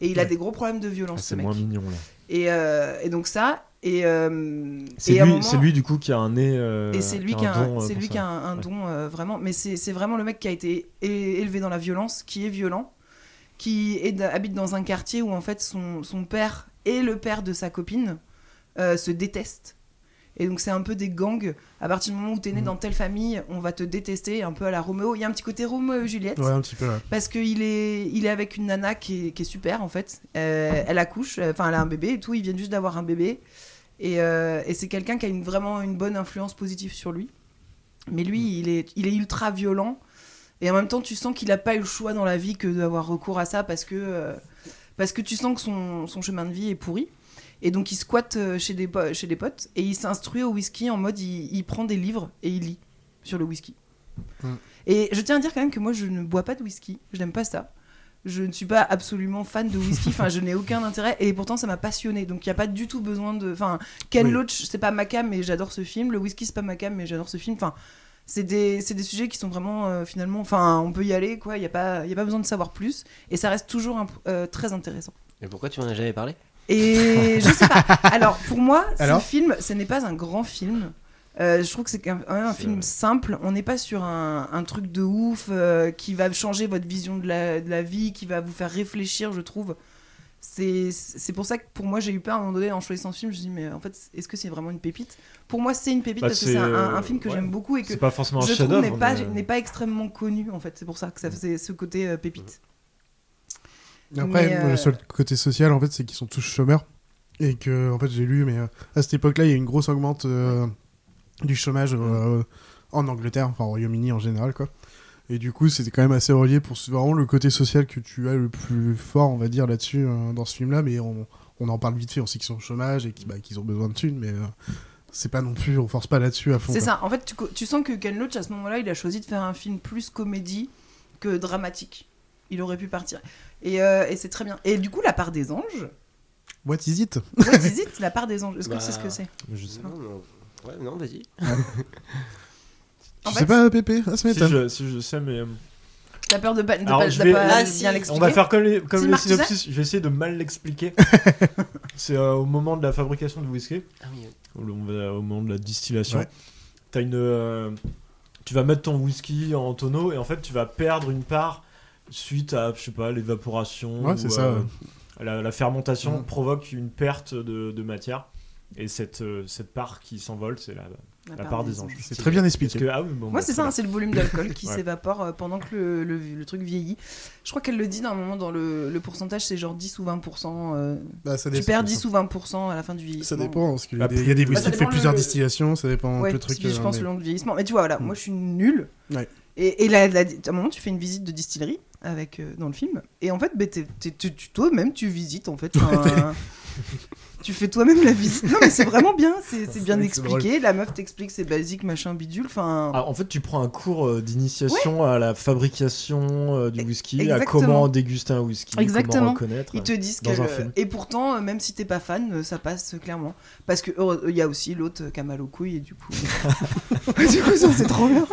Et il a
Ouais.
des gros problèmes de
Ah,
violence. ce
c'est
mec.
moins mignon là.
Et, euh, et donc ça, et, euh,
C'est
et à un
lui,
moment-
c'est lui du coup qui a un nez. euh,
et c'est lui qui
qui
a
don,
un,
euh,
c'est
pour
lui
ça.
qui a un, un don euh, vraiment. Mais c'est c'est vraiment le mec qui a été é- élevé dans la violence, qui est violent, qui est- habite dans un quartier où en fait son, son père et le père de sa copine euh, se détestent. Et donc c'est un peu des gangs. À partir du moment où t'es né dans telle famille, on va te détester un peu à la Roméo. Il y a un petit côté Roméo et Juliette.
Ouais, un petit peu, ouais.
Parce qu'il est, il est avec une nana qui est, qui est super en fait. Euh, elle accouche, euh, enfin elle a un bébé et tout. Ils viennent juste d'avoir un bébé. Et, euh, et c'est quelqu'un qui a une, vraiment une bonne influence positive sur lui. Mais lui, il est, il est ultra violent. Et en même temps, tu sens qu'il n'a pas eu le choix dans la vie que d'avoir recours à ça parce que, euh, parce que tu sens que son, son chemin de vie est pourri. Et donc, il squatte euh, chez des, po- chez des potes et il s'instruit au whisky en mode il, il prend des livres et il lit sur le whisky. Et je tiens à dire quand même que moi, je ne bois pas de whisky. Je n'aime pas ça. Je ne suis pas absolument fan de whisky. Enfin, je n'ai aucun intérêt. Et pourtant, ça m'a passionné. Donc, il n'y a pas du tout besoin de. Enfin, Ken
Oui.
Loach, c'est pas ma cam, mais j'adore ce film. Le whisky, c'est pas ma cam, mais j'adore ce film. Enfin, c'est des, c'est des sujets qui sont vraiment euh, finalement. Enfin, on peut y aller, quoi. Il n'y a, pas- y a pas besoin de savoir plus. Et ça reste toujours imp- euh, très intéressant.
Et pourquoi tu m'en as jamais parlé
Et je sais pas. Alors, pour moi,
Alors
ce film, ce n'est pas un grand film. Euh, je trouve que c'est un, un film simple. On n'est pas sur un, un truc de ouf euh, qui va changer votre vision de la, de la vie, qui va vous faire réfléchir, je trouve. C'est c'est pour ça que pour moi, j'ai eu peur à un moment donné en choisissant ce film. Je me suis dit, mais en fait, est-ce que c'est vraiment une pépite Pour moi, c'est une pépite
Bah,
parce que
c'est,
c'est un, un
euh,
film que
ouais.
j'aime beaucoup et que
C'est pas forcément un
je trouve
chef-d'œuvre,
n'est pas,
mais, euh,
n'est pas extrêmement connu en fait. C'est pour ça que ça faisait ce côté euh, pépite.
Après,
Mais,
moi, le
euh,
seul côté social, en fait, c'est qu'ils sont tous chômeurs. Et que, en fait, j'ai lu, mais euh, à cette époque-là, il y a eu une grosse augmente euh, du chômage euh, en Angleterre, enfin, au Royaume-Uni en général, quoi. Et du coup, c'était quand même assez relié pour ce- vraiment le côté social que tu as le plus fort, on va dire, là-dessus, euh, dans ce film-là. Mais on, on en parle vite fait, on sait qu'ils sont au chômage et qu'ils bah, qu'ils ont besoin de thunes, mais euh, c'est pas non plus, on force pas là-dessus à fond.
C'est
quoi.
ça. En fait, tu, co- tu sens que Ken Loach, à ce moment-là, il a choisi de faire un film plus comédie que dramatique. Il aurait pu partir. Et, euh, et c'est très bien. Et du coup, La part des anges.
What is it
What is it La part des anges. Est-ce que tu sais ce
Bah,
que c'est
Je sais pas. Non, non. Ouais, non, vas-y.
Tu sais pas, Pépé Ah, ça
Si
m'étonne.
je, si je sais, mais. euh,
T'as peur de pas, de
Alors,
pas,
je
de
vais-
pas
Ah,
bien
si.
l'expliquer
On va faire comme les, comme
Si,
les
Marc, tu sais
synopsis, je vais essayer de mal l'expliquer. c'est euh, au moment de la fabrication du whisky, Ou le- on va- au moment de la distillation.
Ouais.
T'as une, euh, tu vas mettre ton whisky en tonneau et en fait tu vas perdre une part suite à, je sais pas, l'évaporation.
Ouais, c'est
ou,
ça,
euh,
ouais.
La, la fermentation
Mm.
provoque une perte de, de matière. Et cette, euh, cette part qui s'envole, c'est la, la, part, des anges.
C'est très bien expliqué.
Parce que- ah oui, bon, bah,
Moi, c'est
très
ça, hein,
bien.
c'est le volume d'alcool qui
Ouais.
s'évapore euh, pendant que le, le- le truc vieillit. Je crois qu'elle le dit d'un moment dans le, le pourcentage, c'est genre 10 ou 20%. euh,
Bah, ça
tu
dépend.
perds 10 ou 20% à la fin du vieillissement.
Ça dépend, parce qu'il y,
Bah,
a des- il y a des whisky
plus-
Bah, ça
qui fait
dépend
plusieurs
le-
distillations, ça dépend
Ouais,
le truc.
puis je
euh,
pense
mais- Mm.
le long du vieillissement. Mais tu vois, voilà, moi je suis nulle.
Ouais.
Et, et là, là, à un moment, tu fais une visite de distillerie avec, euh, dans le film. Et en fait, bah, t'es- t'es- tu- tu- toi-même, tu visites en fait. un- tu fais toi-même la visite. Non, mais c'est vraiment bien. C'est c'est bien
Ouais, c'est
expliqué. La meuf t'explique, c'est basique, machin, bidule. Enfin,
Ah, en fait, tu prends un cours euh, d'initiation à la fabrication euh, du whisky, à
exactement.
comment déguster un whisky, comment
Exactement.
reconnaître.
Ils te disent
euh, dans
que.
un film.
Et pourtant, euh, même si t'es pas fan, euh, ça passe euh, clairement. Parce que heure- il y a aussi l'autre euh, qui a mal aux couilles et du coup. euh, du coup, ça, c'est trop bien.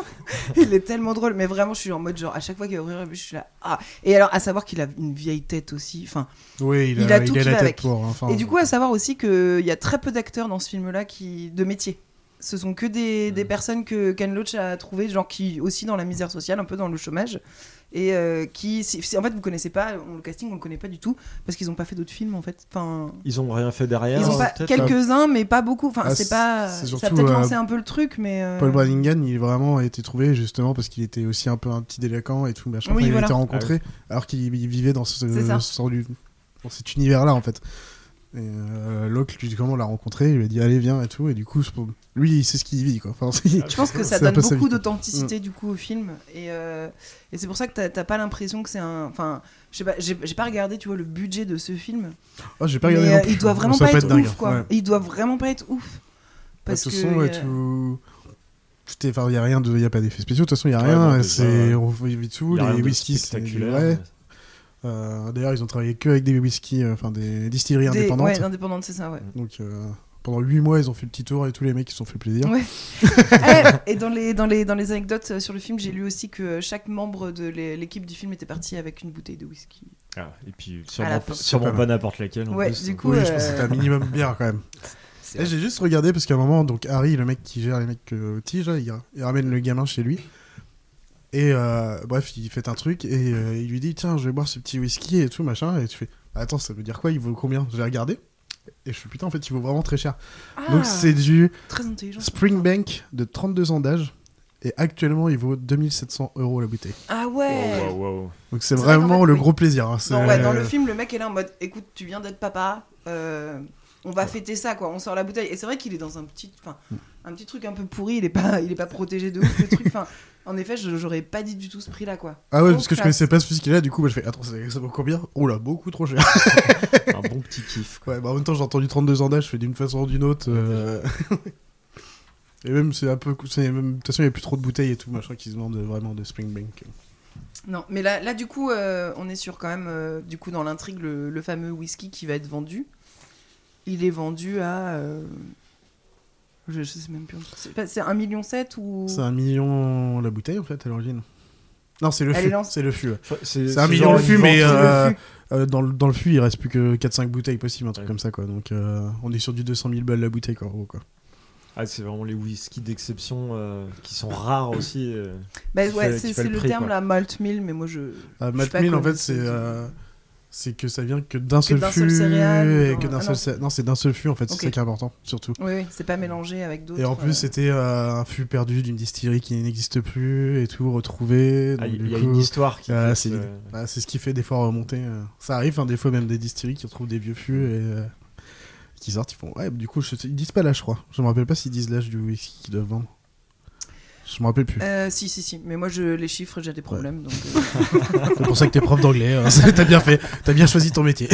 Il est tellement drôle. Mais vraiment, je suis en mode genre, à chaque fois qu'il va ouvrir la bouche, je suis là. Ah Et alors, à savoir qu'il a une vieille tête aussi. Enfin,
Oui, il a- il a
qui
la
va
tête
avec.
pour, enfin,
et du coup, à savoir aussi qu'il y a très peu d'acteurs dans ce film-là qui de métier. Ce sont que des,
Mm.
des personnes que Ken Loach a trouvées, genre qui aussi dans la misère sociale, un peu dans le chômage, et euh, qui, si- si- en fait, vous connaissez pas on- le casting, on le connaît pas du tout parce qu'ils ont pas fait d'autres films en fait. Enfin,
Ils ont rien fait derrière.
ils ont
euh,
pas
peut-être, là.
quelques-uns, mais pas beaucoup. Enfin,
Ah,
c'est pas.
c'est
ça a
surtout,
peut-être
euh,
lancé un peu le truc, mais. euh,
Paul Branningham, il vraiment a été trouvé justement parce qu'il était aussi un peu un petit délinquant et tout, machin.
Oui,
Enfin, il
voilà.
a été rencontré
Ah
alors qu'il il vivait dans, ce,
C'est ça.
dans ce- dans cet univers-là en fait. Et euh, Locke, lui dit comment on l'a rencontré, il lui a dit allez, viens et tout. Et du coup, je- lui, c'est ce qu'il vit. Quoi. Enfin, c'est-
Je pense que ça
c'est Mm. un
donne
peu sa
beaucoup
vie.
d'authenticité du coup au film et, euh, et c'est pour ça que t'as- t'as pas l'impression que c'est un. Enfin, je sais pas, j'ai j'ai pas regardé tu vois le budget de ce film.
Ah, j'ai pas regardé
Mais,
non
euh,
plus.
il doit vraiment
Ça
pas,
va pas
être,
être dingue,
ouf quoi.
ouais.
Il doit vraiment pas être ouf. Parce
Bah, de toute
que euh,
façon, ouais,
il y a-
tout- tout est- enfin, il y a rien de, il y a pas d'effets spéciaux. De toute façon, il y a
Ouais,
rien.
non, déjà,
c'est
ouais.
on fait vite tout.
Il y a
Les
rien de
whiskies, c'est du-
spectaculaire.
ouais. Euh, D'ailleurs, ils ont travaillé que avec des whiskies, euh, enfin des distilleries
Des-
indépendantes.
ouais, indépendantes, c'est ça, ouais.
Donc euh, pendant 8 mois, ils ont fait le petit tour et tous les mecs ils se sont fait plaisir.
Ouais. Eh, et dans les, dans, les, dans les anecdotes euh, sur le film, j'ai lu aussi que chaque membre de l'é- l'équipe du film était parti avec une bouteille de whisky.
Ah, et puis
À la
sûrement,
fin.
sûrement pas n'importe laquelle. en
Ouais,
plus.
du coup,
oui, je pense que
euh,
c'était un minimum bière quand même. Et j'ai juste regardé parce qu'à un moment, donc Harry, le mec qui gère les mecs euh, au tige, là, il, ra- il ramène le gamin chez lui. Et euh, bref, il fait un truc et euh, il lui dit Tiens, je vais boire ce petit whisky et tout machin. Et tu fais bah, Attends, ça veut dire quoi Il vaut combien Je vais regarder. Et je suis putain, en fait, il vaut vraiment très cher.
Ah,
donc c'est du
très intelligent, ça.
Springbank de 32 ans d'âge. Et actuellement, il vaut 2700 euros la bouteille.
Ah ouais
Wow, wow, wow.
Donc c'est
C'est vrai qu'en
vraiment
fait,
le
oui.
gros plaisir. hein, Oh, c'est-
Dans, ouais, dans le film, le mec est là en mode écoute, tu viens d'être papa, euh, on va fêter ça, quoi. On sort la bouteille. Et c'est vrai qu'il est dans un petit, enfin,
Mm.
un petit truc un peu pourri, il est pas, il est pas protégé de ouf, le truc. Enfin, en effet, je- j'aurais pas dit du tout ce prix-là, quoi.
Ah ouais,
Donc,
parce que je
classe.
connaissais pas ce fusil-là, du coup, bah, je fais Attends, ça, ça vaut combien Oh là, beaucoup trop cher.
Un bon petit kiff.
Ouais, bah en même temps, j'ai entendu 32 ans d'âge, je fais d'une façon ou d'une autre. euh, et même, c'est un peu. c'est même- De toute façon, il n'y a plus trop de bouteilles et tout, machin, qui se vendent vraiment de Springbank.
Non, mais là, là du coup, euh, on est sur quand même, euh, du coup, dans l'intrigue, le, le fameux whisky qui va être vendu. Il est vendu à. euh, je, je sais même plus. C'est pas- C'est 1,7 million ou.
C'est un million la bouteille, en fait, à l'origine. Non, c'est le
Elle est
fût.
lancée.
C'est le fût. ouais.
C'est-
C'est
c'est
un million
genre
le fût,
une
mais
vente-
euh,
le
euh, dans, le, dans le fût, il reste plus que 4-5 bouteilles possibles, un truc comme ça, quoi. Donc, euh, on est sur du 200 000 balles la bouteille, quoi, en gros, quoi. Euh,
Ah, c'est vraiment les whisky d'exception euh, qui sont rares aussi. euh,
Bah,
qui
ouais,
fait-
c'est
qui fait
c'est le,
prix,
terme
quoi.
là, malt mill, mais moi je.
Ah,
je suis
Matt
pas
Mill, en fait,
connaisseuse.
c'est euh, c'est que ça vient que d'un seul
d'un
fût
seul céréale ou
et
d'un-
que d'un
ah,
seul
non.
cé- non c'est d'un seul fût en fait
Ok.
c'est ça qui est important surtout
Oui, oui, c'est pas mélangé avec d'autres.
et en plus
euh,
c'était euh, un fût perdu d'une distillerie qui n'existe plus et tout retrouvé
ah,
donc,
Il
du
y a
coup,
une histoire qui.
ah,
fait
c'est
que,
l'idée. Ah, c'est ce qui fait des fois remonter euh. ça arrive hein, des fois même des distilleries qui retrouvent des vieux fûts et euh, qui sortent ils font ouais du coup je sais- ils disent pas l'âge je crois je me rappelle pas s'ils disent l'âge du whisky qu'ils doivent vendre je me rappelle plus
euh, si, si, si. Mais moi, je, les chiffres, j'ai des problèmes. Donc, euh,
c'est pour ça que t'es prof d'anglais hein. t'as bien fait t'as bien choisi ton métier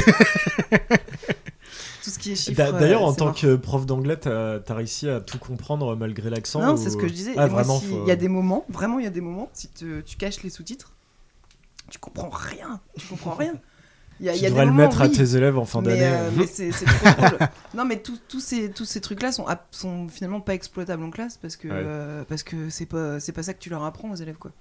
tout ce qui est chiffres.
D'a- D'ailleurs,
euh,
en
c'est
tant
mort.
que prof d'anglais, t'as as réussi à tout comprendre malgré l'accent
Non,
ou-
c'est ce que je disais.
Ah,
Et moi,
vraiment
si-
faut-
Il y a des moments, vraiment, il y a des moments, si te- tu caches les sous-titres, tu comprends rien. Tu comprends rien. Il y a,
Tu
il y a des
devrais le
moments,
mettre à
oui,
tes élèves en fin
mais,
d'année.
euh, mais c'est c'est trop drôle. Non, mais tous tous ces, tous ces trucs-là sont, ap- sont finalement pas exploitables en classe parce que
Ouais.
euh, parce que c'est pas, c'est pas ça que tu leur apprends aux élèves. quoi.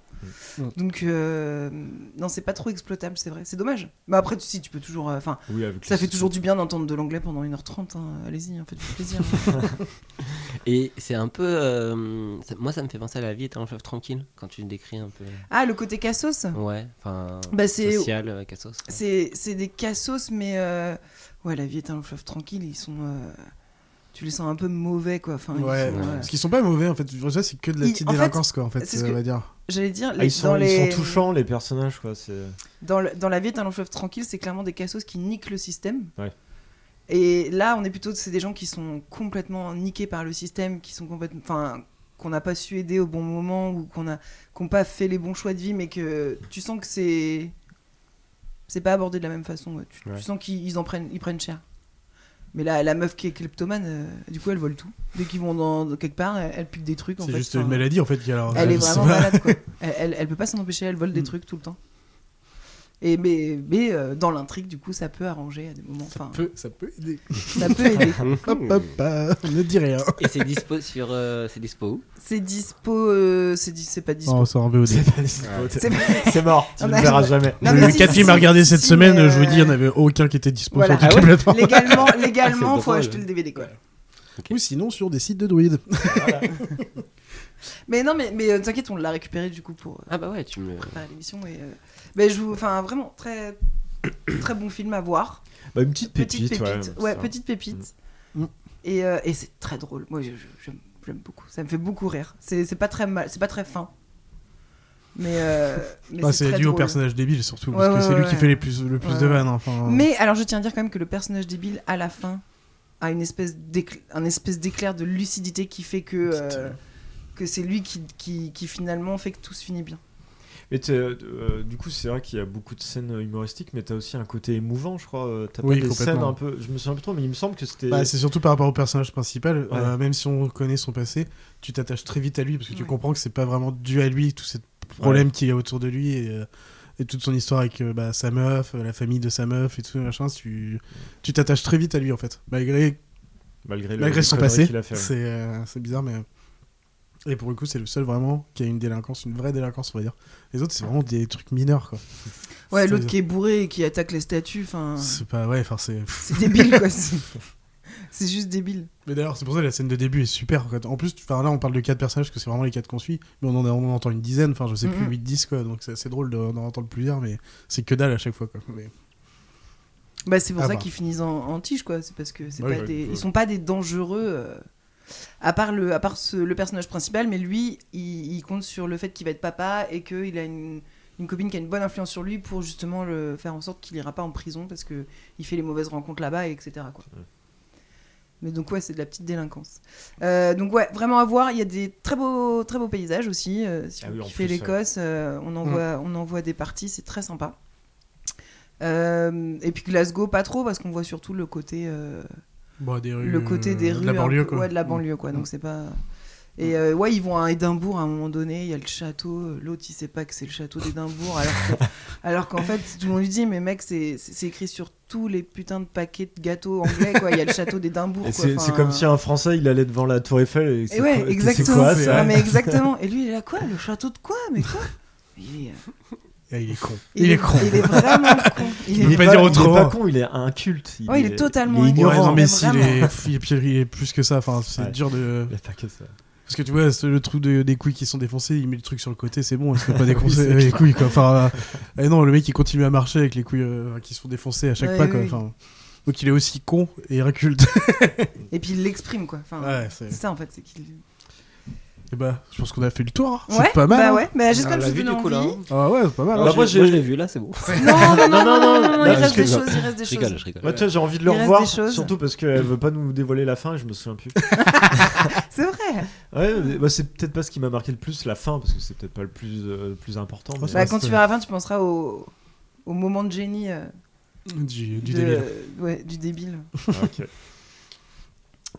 Mm.
Donc, euh, non, c'est pas trop exploitable, c'est vrai. C'est dommage. Mais après, tu, si, tu peux toujours. euh, Enfin,
Oui, avec
ça
les-
fait toujours du bien d'entendre de l'anglais pendant 1h30. hein. Allez-y, en fait, du plaisir. hein.
Et c'est un peu. euh, ça- moi, ça me fait penser à la vie étant un fleuve tranquille quand tu décris un peu.
ah, le côté cassos
Ouais, enfin.
Bah, c'est-
social, euh, cassos. ouais.
C'est c'est des cassos, mais euh, ouais, la vie est un fleuve tranquille. Ils sont, euh, tu les sens un peu mauvais, quoi. Enfin, ils
Ouais,
sont, euh,
ouais.
voilà.
parce qu'ils sont pas mauvais en fait. Ça, c'est que de la
Ils-
petite
en fait,
délinquance, quoi, en fait, euh,
c'est ce
on
que-
va dire.
J'allais dire,
Ah,
les-
ils, sont,
dans
ils sont
les-
touchants, les personnages. quoi. c'est-
dans, le- dans la vie est un fleuve tranquille, c'est clairement des cassos qui niquent le système.
Ouais.
Et là, on est plutôt, c'est des gens qui sont complètement niqués par le système, qui sont complètement, enfin, qu'on n'a pas su aider au bon moment ou qu'on a, qu'on pas fait les bons choix de vie, mais que tu sens que c'est, c'est pas abordé de la même façon. ouais. Tu, tu
Ouais.
sens qu'ils ils en prennent, ils prennent cher. Mais la, la meuf qui est kleptomane, euh, du coup, elle vole tout. Dès qu'ils vont dans quelque part, elle, elle pique des trucs. en
C'est
fait.
juste
Enfin,
une maladie, en fait, qui alors.
elle est
je sais
vraiment
Oh, pas. Mm.
malade, quoi. Elle, elle, elle peut pas s'en empêcher, elle vole des trucs tout le temps. Et mais mais euh, dans l'intrigue, du coup, ça peut arranger à des moments. Enfin,
Peu- Ça peut aider.
ça peut aider.
Hop, hop, euh, ne dis rien.
Et c'est dispo sur. euh, c'est dispo où
C'est dispo, euh, c'est dis- c'est pas dispo.
Non, ça en VOD.
C'est pas dispo, t'es-
C'est pas-
C'est mort, tu
On
ne
a-
le verras jamais.
Non, mais
Le
si,
4
si,
films à
si,
regarder
si,
cette
si,
semaine,
mais,
je vous dis, il n'y en
euh,
avait aucun qui était dispo
voilà.
sur toutes
Ah ouais
les plateformes.
Légalement, légalement,
drôle.
faut acheter le DVD, quoi.
Ou sinon sur des sites de druides.
Mais non, mais mais euh, t'inquiète, on l'a récupéré du coup pour euh,
Ah, bah ouais, tu me.
préparer l'émission. Et euh, mais je vous, enfin, vraiment très très bon film à voir.
Bah, une petite pépite,
petite pépite.
ouais.
Ouais,
ça.
petite pépite.
Mm.
Et, euh, et c'est très drôle. Moi, je- je- j'aime j'aime beaucoup. Ça me fait beaucoup rire. C'est c'est pas très mal, c'est pas très fin. Mais, euh, mais
Bah, c'est
très
dû au
drôle.
personnage hein. débile surtout,
Ouais,
parce que
ouais,
c'est lui
ouais,
qui
ouais.
fait les plus, le plus
Ouais,
de
ouais.
vannes. Enfin,
Mais alors, je tiens à dire quand même que le personnage débile, à la fin, a une espèce d'écl- un espèce d'éclair de lucidité qui fait que, euh, que c'est lui qui, qui, qui finalement fait que tout se finit bien.
Mais t'es, euh, du coup, c'est vrai qu'il y a beaucoup de scènes euh, humoristiques, mais t'as aussi un côté émouvant, je crois. euh, T'as
Oui,
pas des
complètement.
scènes un peu. Je me souviens plus trop, mais il me semble que c'était.
Bah, c'est surtout par rapport au personnage principal,
Ouais.
euh, même si on connaît son passé, tu t'attaches très vite à lui parce que tu
Ouais.
comprends que c'est pas vraiment dû à lui, tous ces problèmes qu'il y a autour de lui et, euh, et toute son histoire avec euh, bah, sa meuf, euh, la famille de sa meuf et tout machin. Tu tu t'attaches très vite à lui en fait, malgré
Malgré, le-
malgré
les
son
conneries
passé.
qu'il a fait, ouais.
C'est euh, c'est bizarre mais et pour le coup c'est le seul vraiment qui a une délinquance, une vraie délinquance on va dire. Les autres c'est vraiment des trucs mineurs quoi.
Ouais, l'autre
C'est-
qui est bourré et qui attaque les statues, enfin.
C'est pas ouais, enfin c'est.
C'est débile, quoi. c'est- C'est juste débile.
Mais d'ailleurs, c'est pour ça que la scène de début est super. quoi. En plus, enfin, là, on parle de quatre personnages, parce que c'est vraiment les quatre qu'on suit, mais on en, a- on en entend une dizaine, enfin, je sais
Mhm.
plus, 8-10, quoi. Donc, c'est assez drôle d'en d'en entendre plusieurs, mais c'est que dalle à chaque fois, quoi. Mais-
Bah, c'est pour
Ah
ça
bah.
qu'ils finissent en, en tige, quoi. C'est parce que c'est
Ouais,
pas
ouais,
des...
ouais.
ils sont pas des dangereux. euh, À part, le, à part ce- le personnage principal, mais lui, il, il compte sur le fait qu'il va être papa et qu'il a une, une copine qui a une bonne influence sur lui pour justement le, faire en sorte qu'il ira pas en prison parce que il fait les mauvaises rencontres là-bas, et etc. Quoi. Mais donc, ouais, c'est de la petite délinquance. Euh, donc, ouais, vraiment à voir. Il y a des très beaux, très beaux paysages aussi. euh, si
Ah
vous
oui, en
kiffez
plus,
l'Écosse, euh, on, en
Mm.
voit, on en voit des parties, c'est très sympa. Euh, et puis Glasgow, pas trop, parce qu'on voit surtout le côté, euh,
Bon, des rues,
le côté des
euh,
rues.
De la
un
banlieue,
peu-
quoi.
ouais, de la
Mm.
banlieue, quoi. Donc,
Mm.
c'est pas. Et euh, ouais, ils vont à Édimbourg à un moment donné, il y a le château, euh, l'autre il sait pas que c'est le château d'Édimbourg, alors que- alors qu'en fait tout le monde lui dit, mais mec, c'est c'est- c'est écrit sur tous les putains de paquets de gâteaux anglais, quoi, il y a le château d'Édimbourg.
Et
quoi.
C'est c'est
Enfin,
comme si un Français il allait devant la Tour Eiffel et,
et
c'est
Eh ouais,
quoi-
exactement.
C'est quoi
c'est-
ça
non, mais exactement. Et lui, il est là, quoi Le château de quoi Mais quoi il est, euh,
Ah, il est con.
il
Il,
est-
est con.
il est vraiment con. Il est-
peut pas dire autrement.
Il est pas con, il est inculte.
Ouais, il est totalement
il est
Ouais,
ignorant.
non,
mais
mais si, il est,
vraiment.
il est- il est plus que ça. Enfin, c'est
Ouais.
dur de.
Il a pas que ça.
Parce que tu vois, c'est le trou de- des couilles qui sont défoncées, il met le truc sur le côté, c'est bon, il se fait pas
Oui,
défoncer
c'est
avec les
clair.
couilles, quoi. Enfin, euh, et non, le mec, il continue à marcher avec les couilles euh, qui se font défoncer à chaque
Ouais,
pas,
oui,
quoi.
oui.
Enfin, donc il est aussi con et inculte.
Et puis il l'exprime quoi. Enfin,
Ouais,
c'est
c'est-
ça en fait, c'est qu'il.
et bah, je pense qu'on a fait le tour, hein.
Ouais,
c'est pas mal.
Bah
hein.
ouais, mais j'espère
On
que
l'a
je vous
vu,
donne
du coup, là,
envie.
hein.
Ah ouais, c'est pas mal. hein.
Alors,
Alors, moi,
moi,
je
j'ai-
l'ai vu là, c'est bon.
Non, non, non, non, non, non,
non,
il
je
reste des
rigole.
choses, il reste des
Je rigole,
choses.
je rigole.
Moi, tu vois, j'ai envie de le
Il reste
revoir,
des choses.
surtout parce qu'elle veut pas nous dévoiler la fin et je me souviens plus.
C'est vrai.
Ouais, mais- bah, c'est peut-être pas ce qui m'a marqué le plus, la fin, parce que c'est peut-être pas le plus, euh, le plus important.
Oh,
mais-
ça
Bah,
Ouais,
quand
c'est-
tu verras la fin, tu penseras au, au moment de génie euh,
Du, du
de-
délire.
ouais, du débile.
Ah, ok.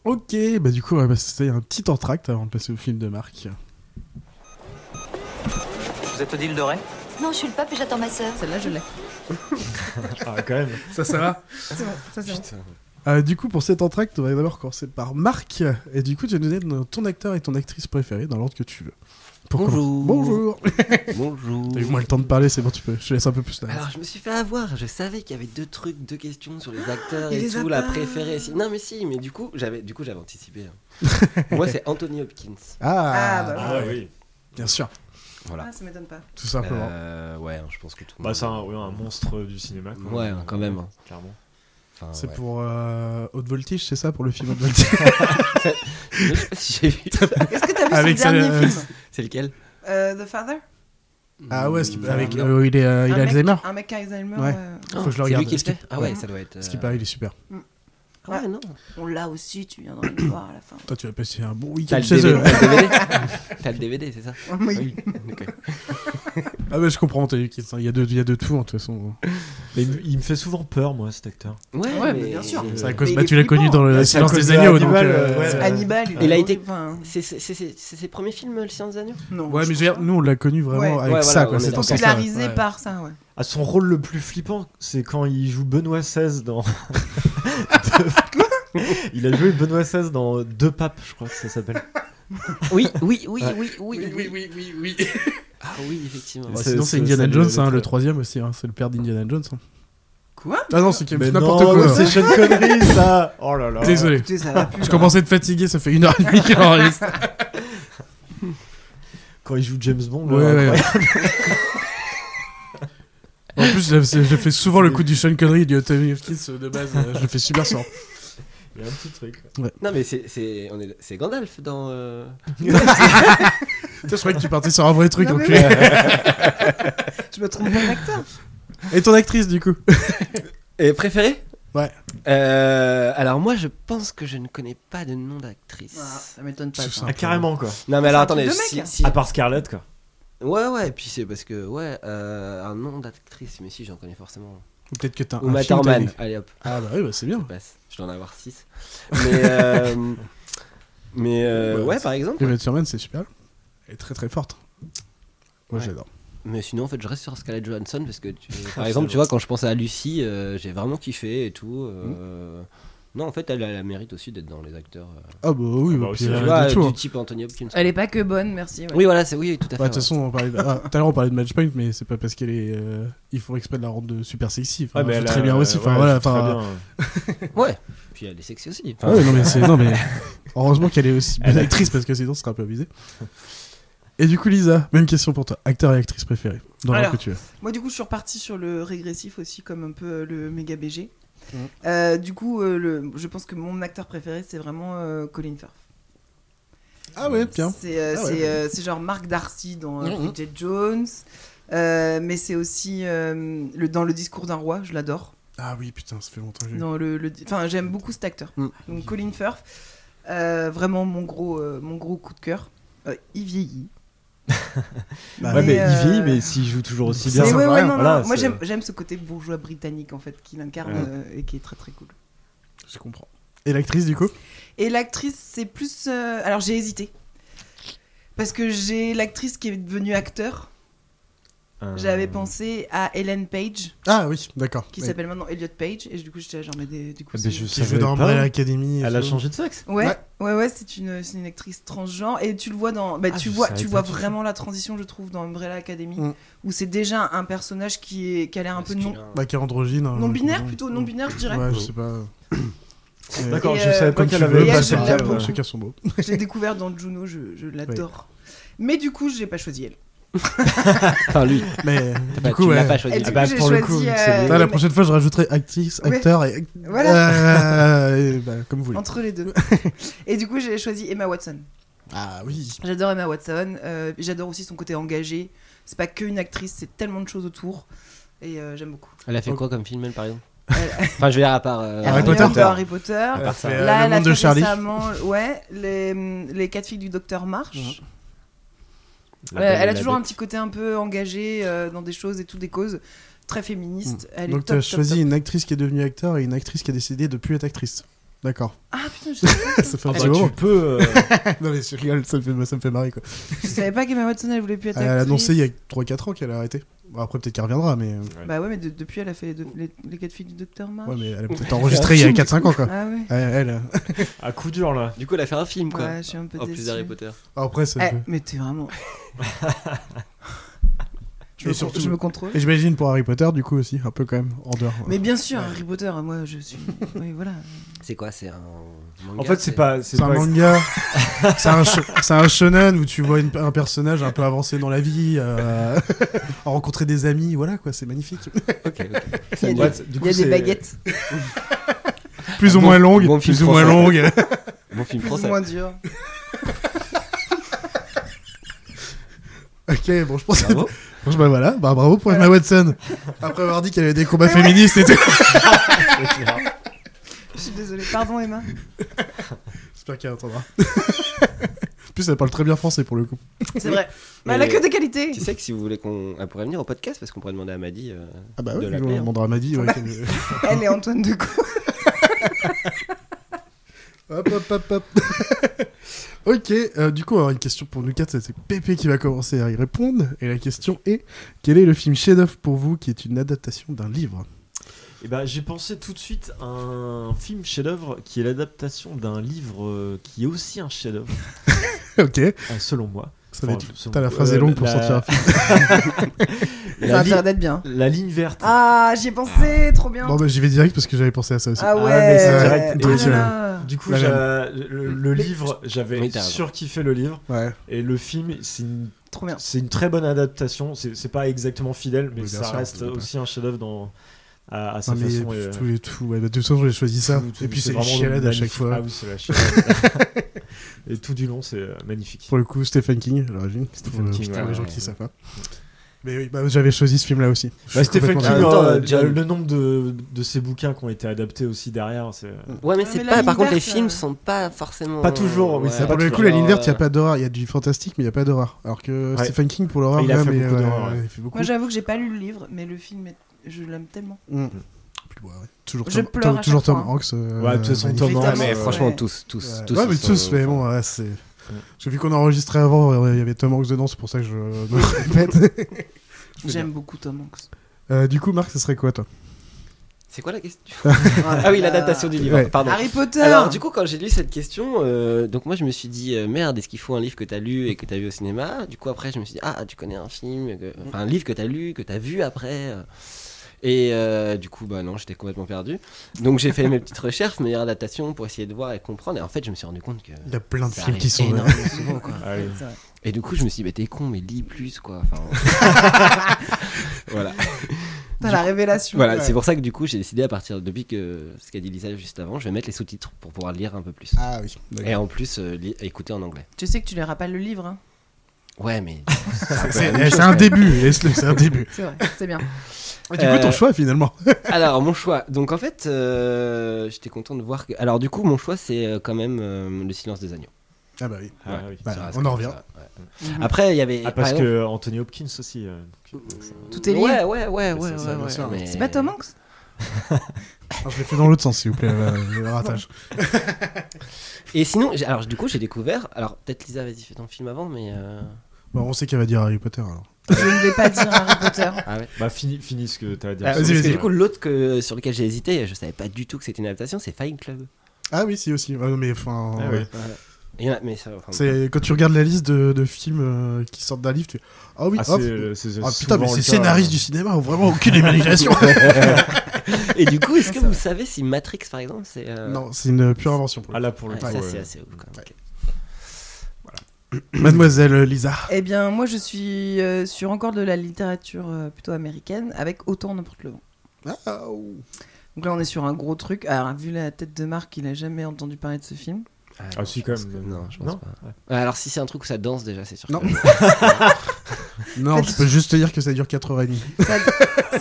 Ok, bah du coup, ouais, bah, c'était un petit entracte avant de passer au film de Marc.
Vous êtes Odile Doré
Non, je suis le pape et j'attends ma sœur.
Celle-là, je l'ai.
Ah, quand même.
Ça, ça va
C'est bon, ça c'est bon.
Euh, Du coup, pour cet entracte, on va d'abord commencer par Marc. Et du coup, tu vas nous donner ton acteur et ton actrice préférée dans l'ordre que tu veux. Pour commencer. Bonjour
Bonjour. Bonjour.
T'as eu moins le temps de parler, c'est bon, tu peux. Je te laisse un peu plus là.
Alors, je me suis fait avoir. Je savais qu'il y avait deux trucs, deux questions sur les acteurs
Il
et,
les a
tout, la
pas.
préférée. si- Non, mais si, mais du coup, j'avais, du coup, j'avais anticipé. hein. Moi, c'est Anthony Hopkins.
Ah,
Ah, bah
Ah, oui.
Bien sûr,
Voilà.
Ah, ça m'étonne pas.
tout simplement.
Euh, ouais, hein, je pense que tout. le
Bah,
monde-
c'est un, ouais, un monstre du cinéma. Quoi.
Ouais, hein, quand même, hein.
Clairement. ah,
Enfin,
c'est
ouais.
pour euh, Haute Voltige, c'est ça pour le film Haute Voltige
Je sais pas si j'ai vu.
Est-ce que t'as vu
Avec
son
sa-
dernier film
C'est lequel
Euh, The Father
Ah ouais, ce qui-
Mmh,
avec,
non.
euh, il, est, euh, il a
Un mec-
Alzheimer.
Un mec qui a Alzheimer.
Ouais.
euh,
faut que je le
c'est
regarde,
lui qui le
ce qui-
fait Ah ouais,
ouais.
ça doit être.
Ce qui
euh,
paraît, il est super.
Ah ouais, non.
On l'a aussi, tu viendras le voir à la fin.
Toi, tu vas passer un bon
T'as
week-end
le
chez
DVD.
eux.
T'as le DVD, T'as le DVD, c'est ça
Oui.
Ok.
Ah bah je comprends, t'as eu qu'il y a de, il y a de tout, en toute façon.
Mais il, me- il me fait souvent peur, moi, cet acteur.
Ouais,
Ouais, mais bien sûr.
C'est à
euh,
cause,
il
bah,
est
tu l'as
flippant.
connu dans le
Ouais, c'est à
Silence
cause
des
de
Agneaux, donc.
Hannibal,
euh,
ouais.
c'est-
Hannibal,
Il a
est
été-
horrible, enfin,
C'est c'est- c'est- c'est- c'est ses premiers films, euh, Le Silence des Agneaux
non,
Ouais, mais je
pense
veux dire,
pas.
nous on l'a connu vraiment
Ouais.
avec
Ouais,
ça,
voilà,
quoi.
on
C'est
est
dans ce sens-là,
popularisé
ouais.
par ça, ouais.
Ah, son rôle le plus flippant, c'est quand il joue Benoît XVI dans. il a joué Benoît XVI dans Deux Papes, je crois que ça s'appelle.
Oui, oui, oui,
Ouais.
oui, oui, oui,
oui, oui, oui.
Ah oui, effectivement.
Bah,
Ouais,
sinon,
c'est-
c'est Indiana
c'est le-
Jones,
le
hein, le
trait.
troisième aussi. hein, C'est le père d'Indiana Jones. hein.
Quoi
Ah non, c'est qu'il
Mais
n'importe
non,
quoi.
C'est Sean Connery, ça Oh là là
Désolé.
Écoutez, ça va plus. hein.
Je commençais à être fatigué, ça fait une heure et demie qu'il enregistre.
Quand il joue James Bond,
Ouais,
là,
ouais.
incroyable.
En plus, je, je- je fais souvent le coup du Sean Connery et du Tommy Hopkins euh, de base. euh, Je le fais super souvent.
il y a un petit truc.
Non, mais c'est- c'est on est- c'est Gandalf dans. euh,
je croyais que tu partais sur un vrai truc,
Non, mais
enculé.
oui. Je me trompe pas d'acteur.
Et ton actrice, du coup
Et préférée
Ouais.
Euh, alors moi, je pense que je ne connais pas de nom d'actrice.
ça m'étonne pas.
Ah, carrément quoi.
Non mais alors attendez,
de mec,
si-
hein.
si-
À part Scarlett quoi.
Ouais ouais, et puis c'est parce que ouais, euh, un nom d'actrice, mais si j'en connais forcément.
Ou Peut-être que t'as
Ou
un
Uma
film
Thurman.
d'année.
allez hop,
Ah bah oui, bah c'est bien.
je passe. Je dois en avoir 6 Mais euh, mais euh,
Bah,
ouais, par exemple.
Uma Thurman, c'est super. Elle est très très forte. Moi,
Ouais.
j'adore.
Mais sinon en fait, je reste sur Scarlett Johansson parce que tu- par
Ah,
exemple,
c'est
tu vois quand je pense à Lucie, euh, j'ai vraiment kiffé et tout.
Mm.
euh, Non, en fait, elle, elle mérite aussi d'être dans les acteurs. euh,
Ah bah oui, bah,
Ah bah
puis
aussi,
elle
tu
a
vois,
des tours.
du type Anthony Hopkins.
Elle est pas que bonne, merci. ouais.
Oui, voilà, c'est oui, tout à fait.
Bah, De toute
ouais.
façon, on parlait de... ah, tout à l'heure, on parlait de Matchpoint, mais c'est pas parce qu'elle est. euh, Ils font exprès de la rendre super sexy.
Ah,
Enfin, Ah, elle joue très bien aussi. Enfin, voilà, enfin,
Ouais. Puis elle est sexy aussi.
Ah ouais, non, mais c'est. Non, mais. Heureusement qu'elle est aussi bonne actrice parce que sinon, ce sera un peu abusé. Et du coup, Lisa, même question pour toi. Acteur et actrice préférée Dans l'ordre
Alors.
que tu veux.
Moi, du coup, je suis repartie sur le régressif aussi, comme un peu euh, le méga BG.
Mmh.
Euh, du coup, euh, le, je pense que mon acteur préféré, c'est vraiment euh, Colin Firth.
Ah ouais, tiens.
C'est euh,
bah
Ah ouais.
c'est, euh, c'est genre Mark Darcy dans euh,
Mmh,
Mhm.
Bridget Jones, Euh, mais c'est aussi euh, le, dans Le Discours d'un roi, je l'adore.
Ah oui, putain, ça fait longtemps
Mmh.
que j'ai.
Dans le, le- enfin, j'aime beaucoup cet acteur.
Mm.
Donc Colin Firth, euh, vraiment mon gros, euh, mon gros coup de cœur. Euh, il vieillit.
Bah,
Ouais, mais
euh,
il vieillit, mais s'il joue toujours aussi bien.
Mais
ça
ouais,
me va,
ouais, non, non,
voilà,
Moi
c'est-
j'aime- j'aime ce côté bourgeois britannique en fait qu'il incarne
Ouais.
euh, et qui est très très cool.
Je comprends. Et l'actrice, du coup
Et l'actrice, c'est plus. euh, Alors j'ai hésité. Parce que j'ai l'actrice qui est devenue acteur.
Euh,
J'avais pensé à Ellen Page,
Ah oui, d'accord.
qui
Ouais.
s'appelle maintenant Elliot Page. Et du coup, j'étais là, genre, mais des- du coup.
Ah, Mais
c'est-
je
Qui
savais
joue dans
pas.
Umbrella Academy. et
Elle a
tout.
changé de sexe.
Ouais,
Ouais.
ouais, ouais, c'est une, c'est une actrice transgenre. Et tu le vois dans. Bah,
Ah,
tu
je
vois,
savais
tu
pas
vois
du tout.
vraiment la transition, je trouve, dans Umbrella Academy,
Mm.
où c'est déjà un personnage qui, est, qui a l'air un peu non.
Masculin.
Bah, qui est androgyne. hein,
Ah,
Non-binaire
je
plutôt,
comprends.
non-binaire, je dirais.
Ouais, je sais pas. Mais-
D'accord,
Et,
je
euh,
savais pas
Comme tu
qu'elle
veux,
avait.
Et
bah,
elle, je
chacun,
l'aime beaucoup.
chacun son beau.
Je l'ai découvert dans Juno, je, je l'adore. Mais du coup, j'ai pas choisi elle.
Enfin, lui.
Mais
T'as
du
pas-
coup,
tu
ouais.
l'as pas
Et
choisi.
du
Ah
bah,
coup, j'ai
pour le
choisi.
coup,
euh,
c'est-
Putain, la Ah,
mais-
prochaine fois, je rajouterai actrice,
Ouais.
acteur et.
Voilà.
Euh, et bah, comme vous voulez.
Entre les deux. Et du coup, j'ai choisi Emma Watson.
Ah oui.
J'adore Emma Watson. euh, j'adore aussi son côté engagé. C'est pas qu'une actrice, c'est tellement de choses autour. Et euh, j'aime beaucoup.
Elle a fait
Ok.
quoi comme film, elle, par exemple
Elle-
Enfin, je vais dire à part. euh,
Elle a
Harry
fait
Potter.
dans Harry Potter.
part ça.
Euh, le
Là, elle a
monde de
fait
Charlie.
récemment, ouais, les, hum, les quatre filles du docteur March.
La
Euh,
Belle et
elle a
la
toujours un
Bête.
petit côté un peu engagé euh, dans des choses et tout, des causes très féministes. Elle est
Hmm. Donc,
top,
tu as
top,
choisi
top.
une actrice qui est devenue acteur et une actrice qui a décidé de plus être actrice. D'accord.
Ah putain, je savais,
ça fait un petit
Bah,
moment.
tu peux. euh,
Non, mais je rigole, ça me fait, ça me fait marrer quoi.
je savais pas qu'Emma Watson elle voulait plus être
Elle a
actrice.
annoncé il y a 3-4 ans qu'elle a arrêté. Bon, après, peut-être qu'elle reviendra, mais.
Bah ouais, mais de- depuis elle a fait les, deux- les- les quatre filles du docteur March.
Ouais, mais elle a peut-être enregistré il y a 4-5 ans quoi.
Ah ouais.
Elle, elle, euh,
À coup dur là.
Du coup, elle a fait un film, quoi.
Ouais, je suis un peu
en plus
déçue.
d'Harry Potter.
Après, ça.
Eh, mais t'es vraiment. je,
Et
me,
surtout-
je me contrôle.
Et j'imagine pour Harry Potter, du coup aussi, un peu quand même, en dehors.
Mais bien sûr, Harry Potter, moi je suis. Oui, voilà.
C'est quoi C'est un. manga,
En fait, c'est pas.
C'est un
pas-
manga, c'est un, sh- c'est un shonen où tu vois une- un personnage un peu avancé dans la vie, euh, rencontrer des amis, voilà quoi, c'est magnifique.
Ok, ok.
Il y a
Ouais,
des-
c'est- du
il
coup,
y a des
c'est-
baguettes,
Plus
Un
ou
bon-
moins longue,
bon film
plus ou moins
français.
longue.
Bon film
plus ou
français.
moins dur.
ok, bon, je pense que.
Bravo.
Bon, bah voilà, bah bravo pour Emma Watson. Après avoir dit qu'elle avait des combats féministes et tout.
Je suis désolée. Pardon, Emma.
J'espère qu'elle entendra. en plus, elle parle très bien français pour le coup.
C'est vrai. Mais elle a
Mais-
que des qualités.
Tu sais que si vous voulez qu'on. Elle pourrait venir au podcast parce qu'on pourrait demander à Maddy. euh,
Ah bah
De
oui,
la
on
paix, hein.
demandera à Maddy. ouais, qu'elle-
Elle est Antoine de Gaulle.
Hop, hop, hop, hop. ok, euh, du coup, alors, une question pour nous quatre, c'est Pépé qui va commencer à y répondre. Et la question est quel est le film chef-d'œuvre pour vous qui est une adaptation d'un livre
Eh ben, j'ai pensé tout de suite à un film chef-d'œuvre qui est l'adaptation d'un livre euh, qui est aussi un chef-d'œuvre,
Ok,
euh, selon moi.
ça va
Enfin,
être-
selon-
Putain, la phrase est
euh,
longue pour
la-
sortir un film.
Ça
La,
a
li-
intérêt d'être bien.
la ligne verte.
Ah, j'y ai pensé, trop bien.
Bon, bah, j'y vais direct parce que j'avais pensé à ça aussi.
ah ouais.
mais c'est direct.
Donc,
Ah
euh,
là là.
Du coup,
La
j'ai-
reine.
le, le livre, j'avais
Oui, t'as raison.
surkiffé le livre.
Ouais,
Et le film, c'est une,
Trop bien.
c'est une très bonne adaptation. C'est c'est pas exactement fidèle, mais
Oui, bien
ça
sûr,
reste
c'est pas-
aussi un chef-d'œuvre dans- à, à sa
non, mais
façon. et, euh,
tout, tout- ouais, bah, de toute façon, j'ai choisi ça.
tout- tout-
et puis, c'est une
vraiment
chialade à
magnifique.
chaque fois.
Ah oui, c'est la chialade. Et tout du long, c'est euh, magnifique.
Pour le coup, Stephen King, à l'origine.
Stephen
Pour, euh,
King,
pour
ouais,
les gens
ouais.
qui savent pas. Mais oui, bah, j'avais choisi ce film-là aussi. Je suis
Bah, Stephen King,
complètement d'accord.
euh,
Attends,
le-
John.
le nombre de, de ses bouquins qui ont été adaptés aussi derrière, c'est. euh,
Ouais, Ah, mais
Ouais,
c'est
mais la
pas.
ligne
Par contre, les
verte,
films
euh,
sont pas forcément.
Pas toujours, oui,
Ouais,
c'est
Pour
pas
le
toujours,
coup, la ligne
euh,
verte, il n'y a pas d'horreur. Il y a du fantastique, mais il n'y a pas d'horreur. Alors que
Ouais.
Stephen King, pour l'horreur,
Il a
là,
fait
mais,
beaucoup
ouais,
d'horreur, ouais.
il fait beaucoup.
Moi, j'avoue que j'ai pas lu le livre, mais le film, est- je l'aime tellement.
Mm. Puis, ouais, ouais. Toujours
Je
Tom,
pleure
Tom-
à
toujours
chaque
Tom
fois.
Hanks. euh,
Ouais, de toute façon, Tom
magnifique.
Hanks,
Putain,
euh,
Ah, mais franchement,
ouais.
tous, tous,
Ouais.
tous.
ouais, mais
ils sont-
tous, mais bon, ouais, c'est. Parce que vu qu'on a enregistré avant, euh, il y avait Tom Hanks dedans, c'est pour ça que je me répète.
J'aime beaucoup Tom Hanks.
Euh, du coup, Marc, ce serait quoi, toi
C'est quoi la question
Voilà.
Ah oui, l'adaptation du livre.
Ouais.
Pardon.
Harry Potter
Alors, du coup, quand j'ai lu cette question, euh, donc moi je me suis dit euh, merde, est-ce qu'il faut un livre que t'as lu et que t'as vu au cinéma Du coup, après, je me suis dit ah, tu connais un film, que- enfin un livre que t'as lu, que t'as vu après. euh. Et euh, du coup, bah non, j'étais complètement perdu. Donc j'ai fait mes petites recherches, mes adaptations pour essayer de voir et comprendre. Et en fait, je me suis rendu compte que.
Il y a plein de
ça
films qui
arrive
sont.
énormément souvent, quoi.
Allez.
C'est vrai.
Et du coup, je me suis dit, bah t'es con, mais lis plus, quoi. Enfin, voilà.
T'as la révélation.
Voilà,
Ouais.
c'est pour ça que du coup, j'ai décidé à partir depuis que ce qu'a dit Lisa juste avant, je vais mettre les sous-titres pour pouvoir lire un peu plus.
Ah oui,
Et en plus, euh, li- écouter en anglais.
Tu sais que tu leur as pas le livre, hein.
Ouais, mais.
C'est c'est un début, laisse-le, c'est un début.
C'est vrai, c'est bien.
Et du coup, ton
Euh,
choix finalement.
Alors, mon choix. Donc, en fait, euh, j'étais content de voir que. Alors, du coup, mon choix, c'est euh, quand même euh, Le silence des agneaux.
Ah bah oui.
Ah, oui.
Bah,
Ça reste
on en
comme
revient.
ça, ouais.
Mhm.
Après, il y avait.
Ah,
par
parce
exemple-
que Anthony Hopkins aussi. euh, donc, euh, c'est-
Tout est lié.
Ouais, ouais, ouais, ouais,
C'est
ouais.
ça, bien
ouais,
sûr.
mais-
C'est pas Tom Hanks
Ah, je l'ai fait dans l'autre sens, s'il vous plaît, euh, le ratage.
Et sinon, j'ai- alors, du coup, j'ai découvert. Alors, peut-être Lisa, vas-y, fais ton film avant, mais. euh,
Bon, on sait qu'elle va dire Harry Potter alors.
Je ne vais pas dire Harry Potter.
Ah ouais.
Bah, finis, finis ce que t'as à dire.
Ah,
vas-y,
parce
vas-y.
que du coup, l'autre que, sur lequel j'ai hésité, je savais pas du tout que c'était une adaptation, c'est Fight Club.
Ah oui, si aussi. Ah, non, mais enfin.
Ah,
ouais.
ouais.
Il y en a- mais ça, enfin,
C'est quand tu regardes la liste de, de films euh, qui sortent d'un livre, tu ah oui,
Ah,
hop.
c'est- c'est
Ah, putain, mais ces
souvent le cas,
scénaristes
euh,
du cinéma ont vraiment aucune imagination.
Et du coup, est-ce que vous savez si Matrix, par exemple, c'est. euh,
non, c'est une pure invention. pour
Ah
le
là pour le
ouais,
coup.
ça, c'est
ouais.
assez ouf quand même. ok.
coup.
euh,
Mademoiselle Lisa.
Eh bien, moi, je suis euh, sur encore de la littérature euh, plutôt américaine avec Autant n'importe le vent.
Ah, ouh.
Donc là, on est sur un gros truc. Alors, vu la tête de Marc, il a jamais entendu parler de ce film.
Ah, si,
je
quand
pense
même.
que- Non, je pense
Non
pas. Alors, si c'est un truc où ça danse déjà, c'est sûr.
Non.
que-
Non, je peux juste te dire que ça dure 4 heures et demie.
Ça-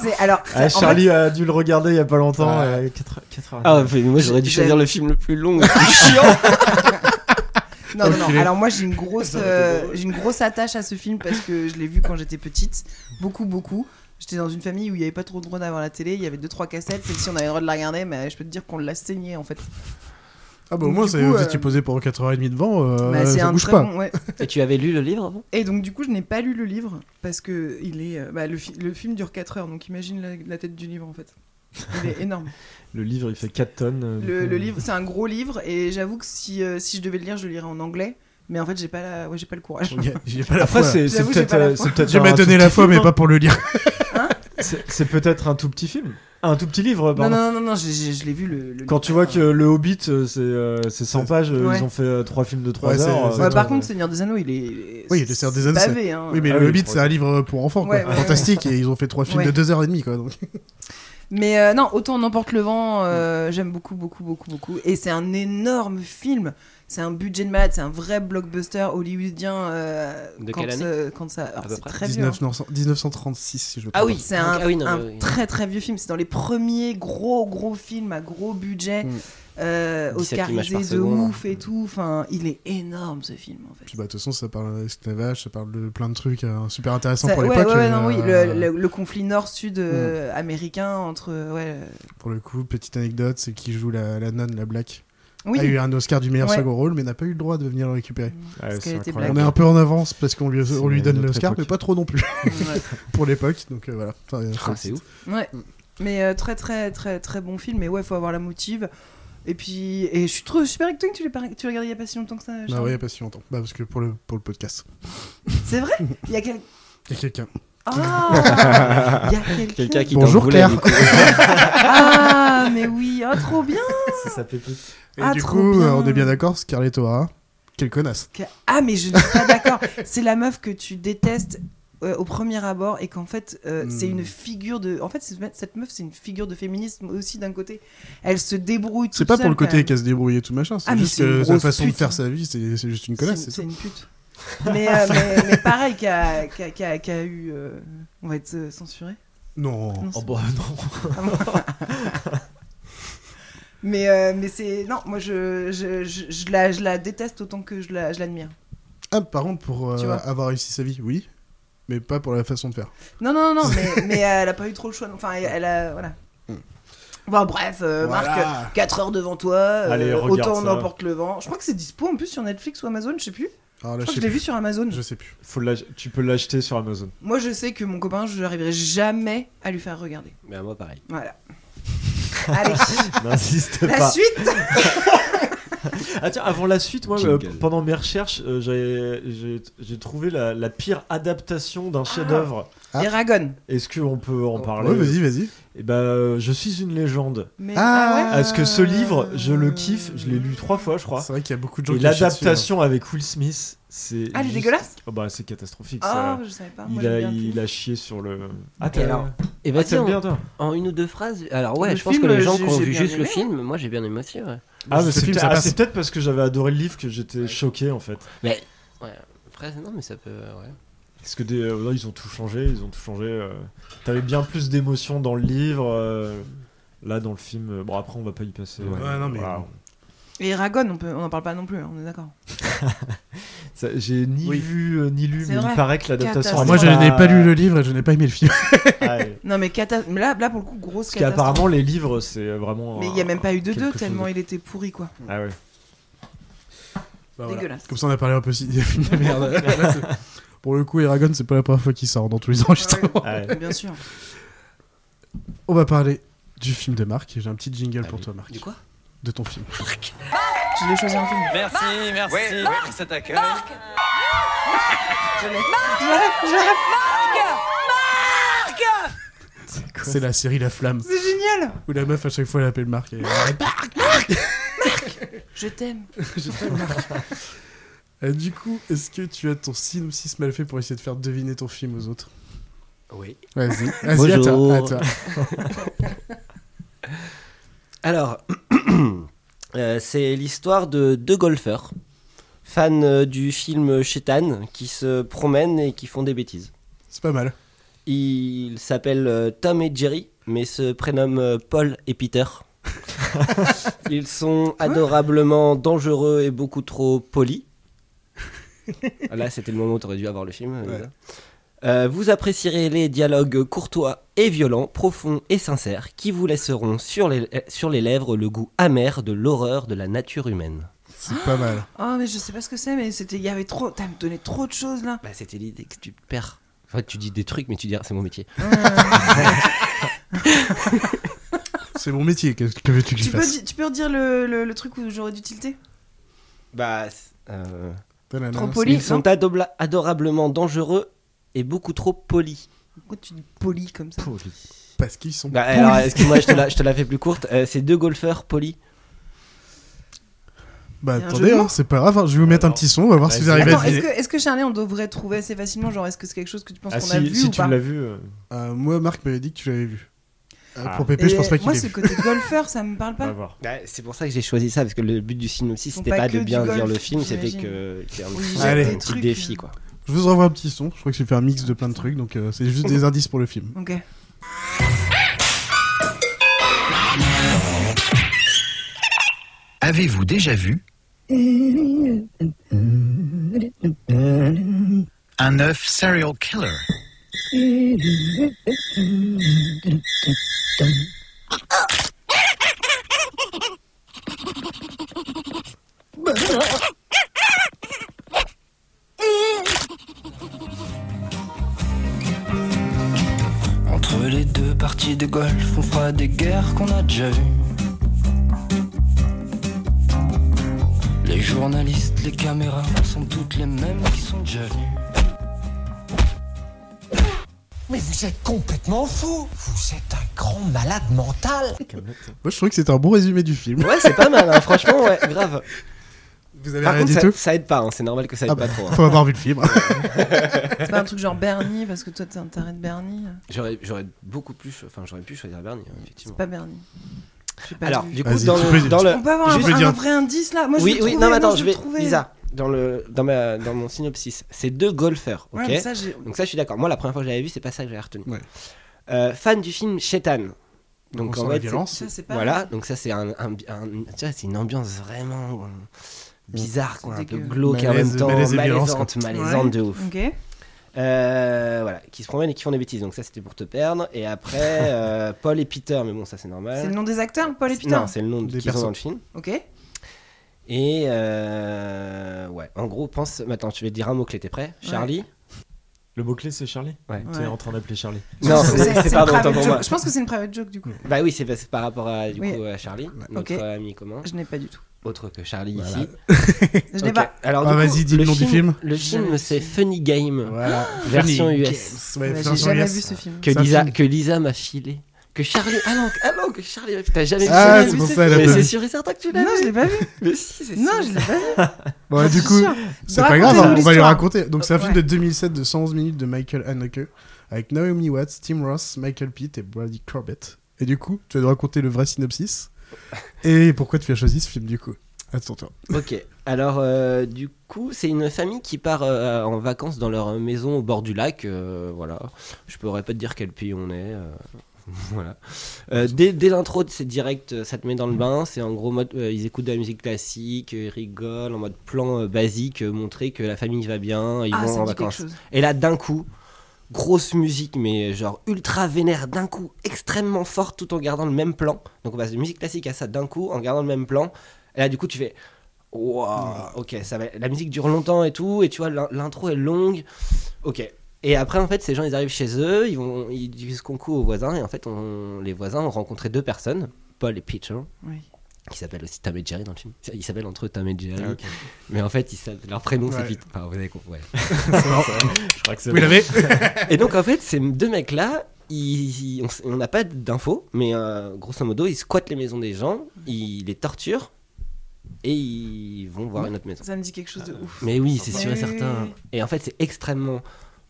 c'est- alors, ça-
Ah,
en
Charlie a dû le regarder il y a pas longtemps.
Ah.
euh, quatre- quatre heures.
Ah, mais moi, j'aurais dû choisir le film le plus long et le plus chiant.
fait- non, non, non. Alors moi, j'ai une grosse, euh, j'ai une grosse attache à ce film parce que je l'ai vu quand j'étais petite, beaucoup, beaucoup. J'étais dans une famille où il n'y avait pas trop le droit d'avoir la télé. Il y avait deux, trois cassettes. Celle-ci, on avait le droit de la regarder, mais je peux te dire qu'on l'a saignée en fait.
Ah bah au
Donc,
moins,
du
c'est
coup,
vous
euh,
étiez posé pendant 4 heures et demie devant, euh,
Bah,
ça bouge
très
pas.
bon- ouais.
Et tu avais lu le livre avant
Et donc du coup, je n'ai pas lu le livre parce que il est, euh, bah, le, fi- le film dure 4 heures, donc imagine la, la tête du livre en fait. Il est énorme.
Oh.
Le livre, il fait 4 tonnes. euh,
Le,
donc,
le
euh,
livre, c'est un gros livre et j'avoue que si, euh, si je devais le lire, je le lirais en anglais. Mais en fait, j'ai pas, la... ouais, j'ai pas le courage.
Il y a- J'ai pas la
Après,
foi.
c'est c'est
J'avoue, j'ai
peut-être.
pas la
euh,
foi.
c'est peut-être
Je
un
m'ai
tout
donné
petit
la foi,
film,
mais
hein.
pas pour le lire.
C'est c'est peut-être un tout petit film. Ah, Un tout petit livre,
Non,
pardon.
non, non, non, j'ai- j'ai- je l'ai vu le. le
Quand
livre.
tu vois que Le Hobbit, euh, c'est euh, c'est 100 pages, euh,
Ouais.
ils ont fait 3 films de 3
Ouais, c'est-
heures. euh,
c'est-
Ouais,
Ouais,
par contre, Seigneur des Anneaux, il est.
Oui, Le Seigneur des Anneaux,
c'est
c'est-
pavé, hein.
Oui, mais
Ah
le
oui,
Hobbit,
pour-
c'est un livre pour enfants, quoi.
Ouais, ouais,
Fantastique, et ils ont fait trois films
Ouais.
de 2 heures et demie, quoi. Donc.
Mais euh, non, autant n'emporte le vent, euh, j'aime beaucoup, beaucoup, beaucoup, beaucoup. Et c'est un énorme film. C'est un budget de malade, c'est un vrai blockbuster hollywoodien. euh,
De
quand,
quelle année
euh, quand ça, alors,
peu
c'est
près.
très vieux. hein.
19 1936, si je me trompe
Ah oui,
pas.
C'est
Donc,
un,
ah oui, non,
un
mais oui.
très très vieux film. C'est dans les premiers gros gros films à gros budget,
Mm.
euh,
17 images
oscarisé
par
de
seconde. hein.
ouf et tout. Enfin, il est énorme ce film en fait.
Puis bah, de toute façon, ça parle d'esclavage, ça parle de plein de trucs euh, super intéressants
Ça-
pour
ouais,
l'époque.
ouais, ouais,
euh,
non, oui, le, le- le conflit nord-sud euh, américain entre ouais, euh,
Pour le coup, petite anecdote, c'est qui joue la, la nonne, la Black,
oui,
Ah, a eu un Oscar du meilleur
Ouais.
second rôle, mais n'a pas eu le droit de venir le récupérer.
Ouais,
parce
c'est
qu'elle était
incroyable.
On
black.
est un peu en avance parce qu'on lui,
C'est
on lui
une
donne
autre
l'Oscar,
époque.
mais pas trop non plus
ouais.
pour l'époque. Donc euh, voilà. Enfin, euh,
Ah, C'est ouf.
Ouais. Mais euh, très très très très bon film. Mais ouais, faut avoir la motive. Et puis, et je suis trop super avec toi que tu l'as pas- tu l'as regardé il y a pas si longtemps que ça.
Bah
Charles.
ouais, pas si longtemps. Bah parce que pour le, pour le podcast,
C'est vrai. Il y a quel-
il y a quelqu'un.
Ah Il y a
Quelqu'un qui
Bonjour,
t'en voulait,
Claire.
du coup.
Ah, mais oui, oh, trop bien
Ça, ça pépite.
Et
Ah,
du
trop
coup,
bien.
euh, on est bien d'accord, Scarlett O'Hara, quelle connasse.
Ah, mais je ne suis pas d'accord. C'est la meuf que tu détestes euh, au premier abord et qu'en fait euh,
Hmm.
c'est une figure de en fait c'est- cette meuf c'est une figure de féminisme aussi d'un côté elle se débrouille
C'est
toute
pas pour
seule,
le
quand
côté
même.
qu'elle se débrouille et tout machin, c'est
Ah, mais
juste
c'est une
que sa
grosse
façon de
pute,
faire
hein.
sa vie, c'est c'est juste une connasse, c'est
C'est
ça.
une pute. mais, euh, mais, mais pareil qui a, qui a- qui a- qui a eu euh, on va être euh, censuré
Non.
c'est
Oh
bon.
bah, non.
Ah, bon. mais euh, mais c'est non moi je je, je, je la, je la déteste autant que je la- je l'admire
Ah, par contre, pour euh,
Tu vois.
avoir réussi sa vie, oui, mais pas pour la façon de faire.
Non, non, non, non, mais, mais elle a pas eu trop le choix. Enfin, elle a. Voilà. Bon, bref, euh,
Voilà.
Marc, 4 heures devant toi, euh,
Allez, regarde
autant on
ça.
emporte le vent. Je crois que c'est dispo en plus sur Netflix ou Amazon, je sais plus.
Alors
je
là,
crois que
je
je
sais
l'ai vu sur Amazon.
Je sais plus.
Faut l'ach- tu peux l'acheter sur Amazon.
Moi, je sais que mon copain, je n'arriverai jamais à lui faire regarder.
Mais Ah, moi, pareil.
Voilà. Allez.
N'insiste
La
pas.
suite
Ah tiens, avant la suite, moi, euh,
Jingle.
pendant mes recherches, euh, j'ai- j'ai- j'ai trouvé la, la pire adaptation d'un chef-d'œuvre.
Ah. Eragon.
Est-ce qu'on peut
Oh,
en parler
Ouais, vas-y, vas-y.
Eh ben, euh, je suis une légende.
Mais-
Ah ouais
Est-ce que
Euh.
ce livre, je le kiffe Je l'ai lu trois fois, je crois.
C'est vrai qu'il y a beaucoup de gens
Et
qui chialent dessus,
l'adaptation avec Will Smith, c'est.
Ah, elle est
juste-
dégueulasse
Ah bah, c'est catastrophique. ça.
Ah, je savais pas,
Il,
moi,
a,
j'aime bien le
il a chié sur le. Ah,
Et
t'as-
alors Et
Ah, t'aimes bien, toi
Eh ben, en une ou deux phrases. Alors ouais,
Le
je pense
film,
que les gens qui
j'ai-
ont
j'ai
vu
bien
juste le
aimé.
film, moi j'ai bien aimé aussi. Ouais.
Ah, mais c'est peut-être- ah, c'est
c'est-
peut-être parce que j'avais adoré le livre que j'étais choqué en fait.
Mais ouais, après non, mais ça peut. Ouais.
Parce que des, euh, là, ils ont tout changé, ils ont tout changé. euh, T'avais bien plus d'émotions dans le livre. euh, là, dans le film, euh, bon après, on va pas y passer. Euh,
Ouais, non, mais-
Waouh.
Et Eragon, on peut- on n'en parle pas non plus, hein, on est d'accord.
Ça, J'ai ni vu euh, ni lu,
C'est
mais
vrai.
il paraît que l'adaptation. Ah,
Alors, moi, je n'ai pas lu le livre et je n'ai pas aimé le film.
Ouais.
Non, mais, cata- mais là, là, pour le coup, grosse
Parce qu'apparemment, les livres, c'est vraiment.
Mais il n'y a même pas eu de
quelque
deux,
chose
tellement il était pourri, quoi.
Ah ouais.
Bah, voilà.
Dégueulasse.
Comme ça, on a parlé un peu si. Mais merde. Là, c'est- Pour le coup, Eragon, c'est pas la première fois qu'il sort dans tous les enregistrements.
Ouais, bien sûr.
On va parler du film de Marc. J'ai un petit jingle pour toi, Marc.
Du quoi
De ton film.
Je l'ai choisi en film.
Merci, merci pour cet accueil.
Je l'ai. Je l'ai- je l'ai.
C'est la série La Flamme.
C'est génial
Où la meuf, à chaque fois, elle appelle Marc. et-
Je t'aime.
Je t'aime, Euh, du coup, est-ce que tu as ton synopsis mal fait pour essayer de faire deviner ton film aux autres
Oui.
Vas-y, vas-y, à toi. à toi.
Alors, euh, c'est l'histoire de deux golfeurs, fans euh, du film Chétan, qui se promènent et qui font des bêtises.
C'est pas mal.
Ils s'appellent euh, Tom et Jerry, mais se prénomment euh, Paul et Peter. Ils sont adorablement dangereux et beaucoup trop polis. Là, c'était le moment où tu aurais dû avoir le film. euh, Lisa. Euh, vous apprécierez les dialogues courtois et violents, profonds et sincères, qui vous laisseront sur les, euh, sur les lèvres le goût amer de l'horreur de la nature humaine.
C'est pas mal.
Oh, mais je sais pas ce que c'est, mais c'était. Il y avait trop. T'as me donné trop de choses là.
Bah, c'était l'idée que tu perds. En fait, tu dis des trucs, mais tu dis, ah, c'est mon métier.
C'est mon métier, qu'est-ce que veux-tu que je
Tu peux,
fasse
di- tu peux redire le, le- le truc où j'aurais dû tilter
Bah, euh,
Tanana,
Trop poli,
Ils sont adobla- adorablement dangereux et beaucoup trop polis.
Pourquoi tu dis poli comme ça
Parce qu'ils sont.
Bah,
pourris.
alors, excuse-moi, je te la- je te la fais plus courte. Euh, c'est deux golfeurs polis.
Bah,
Il y a un
attendez,
jeu de
hein,
mots
c'est pas grave, hein, je vais vous mettre un petit son, on va voir si vous arrivez
Attends,
à deviner.
est-ce que, est-ce que Charlie, on devrait trouver assez facilement Genre, est-ce que c'est quelque chose que tu penses
Ah,
Ah,
qu'on a vu ou pas
Euh, moi, Marc m'avait dit que tu l'avais vu. Euh,
Ah.
Pour Pépé, je
Et
pense pas qu'il
Moi,
l'ait
ce
vu.
côté golfeur, ça me parle pas.
Ouais, Bah, c'est pour ça que j'ai choisi ça, parce que le but du synopsis,
Ils font
c'était
pas
pas,
que
de
du
bien dire
golf,
le film, c'était
j'imagine.
que qu'il y ait un
Oui,
petit-
ils jettent
un
des
petit
trucs,
défi,
euh.
quoi.
Je vous envoie un petit son, je crois que j'ai fait un mix de plein de trucs, donc euh, c'est juste des indices pour le film.
Ok.
Avez-vous déjà vu un œuf serial killer
Entre les deux parties de golf, on fera des guerres qu'on a déjà vues. Les journalistes, les caméras sont toutes les mêmes qui sont déjà venues.
Mais vous êtes complètement fou Vous êtes un grand malade mental
Moi, je trouvais que c'était un bon résumé du film.
Ouais, c'est pas mal, hein, franchement, ouais, grave.
Vous
Bah,
avez
Par
rien
contre,
dit
ça,
tout
ça aide pas, hein, c'est normal que ça aide
Ah
pas
bah,
trop.
faut avoir vu le film.
C'est pas un truc genre Bernie, parce que toi, t'es un taré de Bernie.
J'aurais j'aurais beaucoup plus. cho- Enfin, j'aurais pu choisir Bernie, hein, effectivement.
Pas Bernie. J'ai pas
Alors,
vu.
du coup, euh, dans, le, dans le-
On peut avoir un,
juste-
un vrai indice là Moi, je
oui,
vais
oui,
le
non,
trouver,
mais attends,
moi,
je
vais
vais.
le trouver.
Lisa, dans, le, dans, ma, dans mon synopsis, c'est deux golfeurs. ok
Ouais, mais ça, j'ai-
Donc, ça, je suis d'accord. Moi, la première fois que j'avais vu, c'est pas ça que j'avais retenu. Euh, fan du film Shetan.
Donc,
Donc,
on sent
en fait,
la
c'est-
violence. Ça, c'est pas
voilà,
mal.
donc ça, c'est un, un- un- tu vois, c'est une ambiance vraiment euh, bizarre, quoi, un peu
dégueu.
glauque et en
Malaise-
même temps,
malaise et violence,
malaisante,
quoi.
malaisante
Ouais.
de ouf.
Ok.
Euh, voilà, qui se promènent et qui font des bêtises. Donc ça, c'était pour te perdre. Et après, euh, Paul et Peter, mais bon, ça c'est normal.
C'est le nom des acteurs, Paul et Peter
Non, c'est le nom de-
Des
qu'ils ont dans le
personnes.
film.
Ok.
Et euh, ouais, en gros, pense. Attends, tu vais te dire un mot clé. T'es prêt, Charlie
Le mot-clé, c'est Charlie
Ouais.
T'es
Ouais.
en train d'appeler Charlie.
Non,
C'est- c'est-
c'est
c'est
c'est pardon, autant
une private
pour
joke.
moi.
Je pense que c'est une private joke du coup.
Bah oui, c'est parce- par rapport à du
Oui.
coup à Charlie, notre euh,
Ok.
ami commun.
Je n'ai pas du tout.
Autre que Charlie
Voilà.
ici.
Je l'ai
Ok,
pas.
Alors
Ah,
du coup,
vas-y, dis le nom du film.
Le film, c'est Funny Game,
Voilà.
Ah, version
Funny
US.
Games, ouais, Ouais, version Ah, j'ai jamais US. vu ce film.
Que
C'est un
Lisa,
film.
que Lisa m'a filé. Que Charlie. Ah non, ah non, que Charlie. m'a- T'as jamais vu
Ah,
Charlie
c'est pour
ce
ça, elle a
film.
pas
Mais
vu.
c'est sûr et certain que tu l'as
Non,
vu.
je l'ai pas vu.
Mais si, c'est
Non,
sûr.
je l'ai pas vu.
Bon,
J'en
du
suis
coup,
sûre.
c'est
Bah,
pas grave, hein,
racontez-nous
on va lui
l'histoire.
raconter. Donc, c'est un film
Ouais.
de 2007 de 111 minutes de Michael Haneke avec Naomi Watts, Tim Ross, Michael Pitt et Brady Corbett. Et du coup, tu vas nous raconter le vrai synopsis. et pourquoi tu as choisi ce film du coup À ton tour.
Ok, alors euh, du coup, c'est une famille qui part euh, en vacances dans leur maison au bord du lac. euh, voilà, je pourrais pas te dire quel pays on est. euh, voilà. Euh, dès dès l'intro, c'est direct, euh, ça te met dans le bain. C'est en gros mode, euh, ils écoutent de la musique classique, euh, ils rigolent en mode plan euh, basique, euh, montrer que la famille va bien, ils
Ah, ça
vont en
me dit quelque
vacances.
chose.
Et là, d'un coup, grosse musique, mais genre ultra vénère, d'un coup, extrêmement forte, tout en gardant le même plan. Donc on passe de musique classique à ça d'un coup, en gardant le même plan. Et là, du coup, tu fais. Waouh, ok, ça va. La musique dure longtemps et tout, et tu vois, l'in- l'intro est longue. Ok. Et après, en fait, ces gens, ils arrivent chez eux, ils, vont, ils disent coucou aux voisins, et en fait, on- les voisins ont rencontré deux personnes, Paul et Peter,
Oui.
qui s'appellent aussi Tom et Jerry dans le film. Ils s'appellent entre eux Tom et Jerry,
Ah, ok.
mais en fait, ils s'appellent- leur prénom, c'est
Ouais.
Peter. Enfin, vous avez compris. ouais.
marrant. Je crois que c'est Vous bon. l'avez
Et donc, en fait, ces deux mecs-là, ils- ils- on s- on n'a pas d'infos, mais euh, grosso modo, ils squattent les maisons des gens, ils les torturent, et ils vont voir une autre maison.
Ça me dit quelque chose de ouf.
Mais oui, c'est sûr et
Oui, oui,
certain.
oui.
Et en fait, c'est extrêmement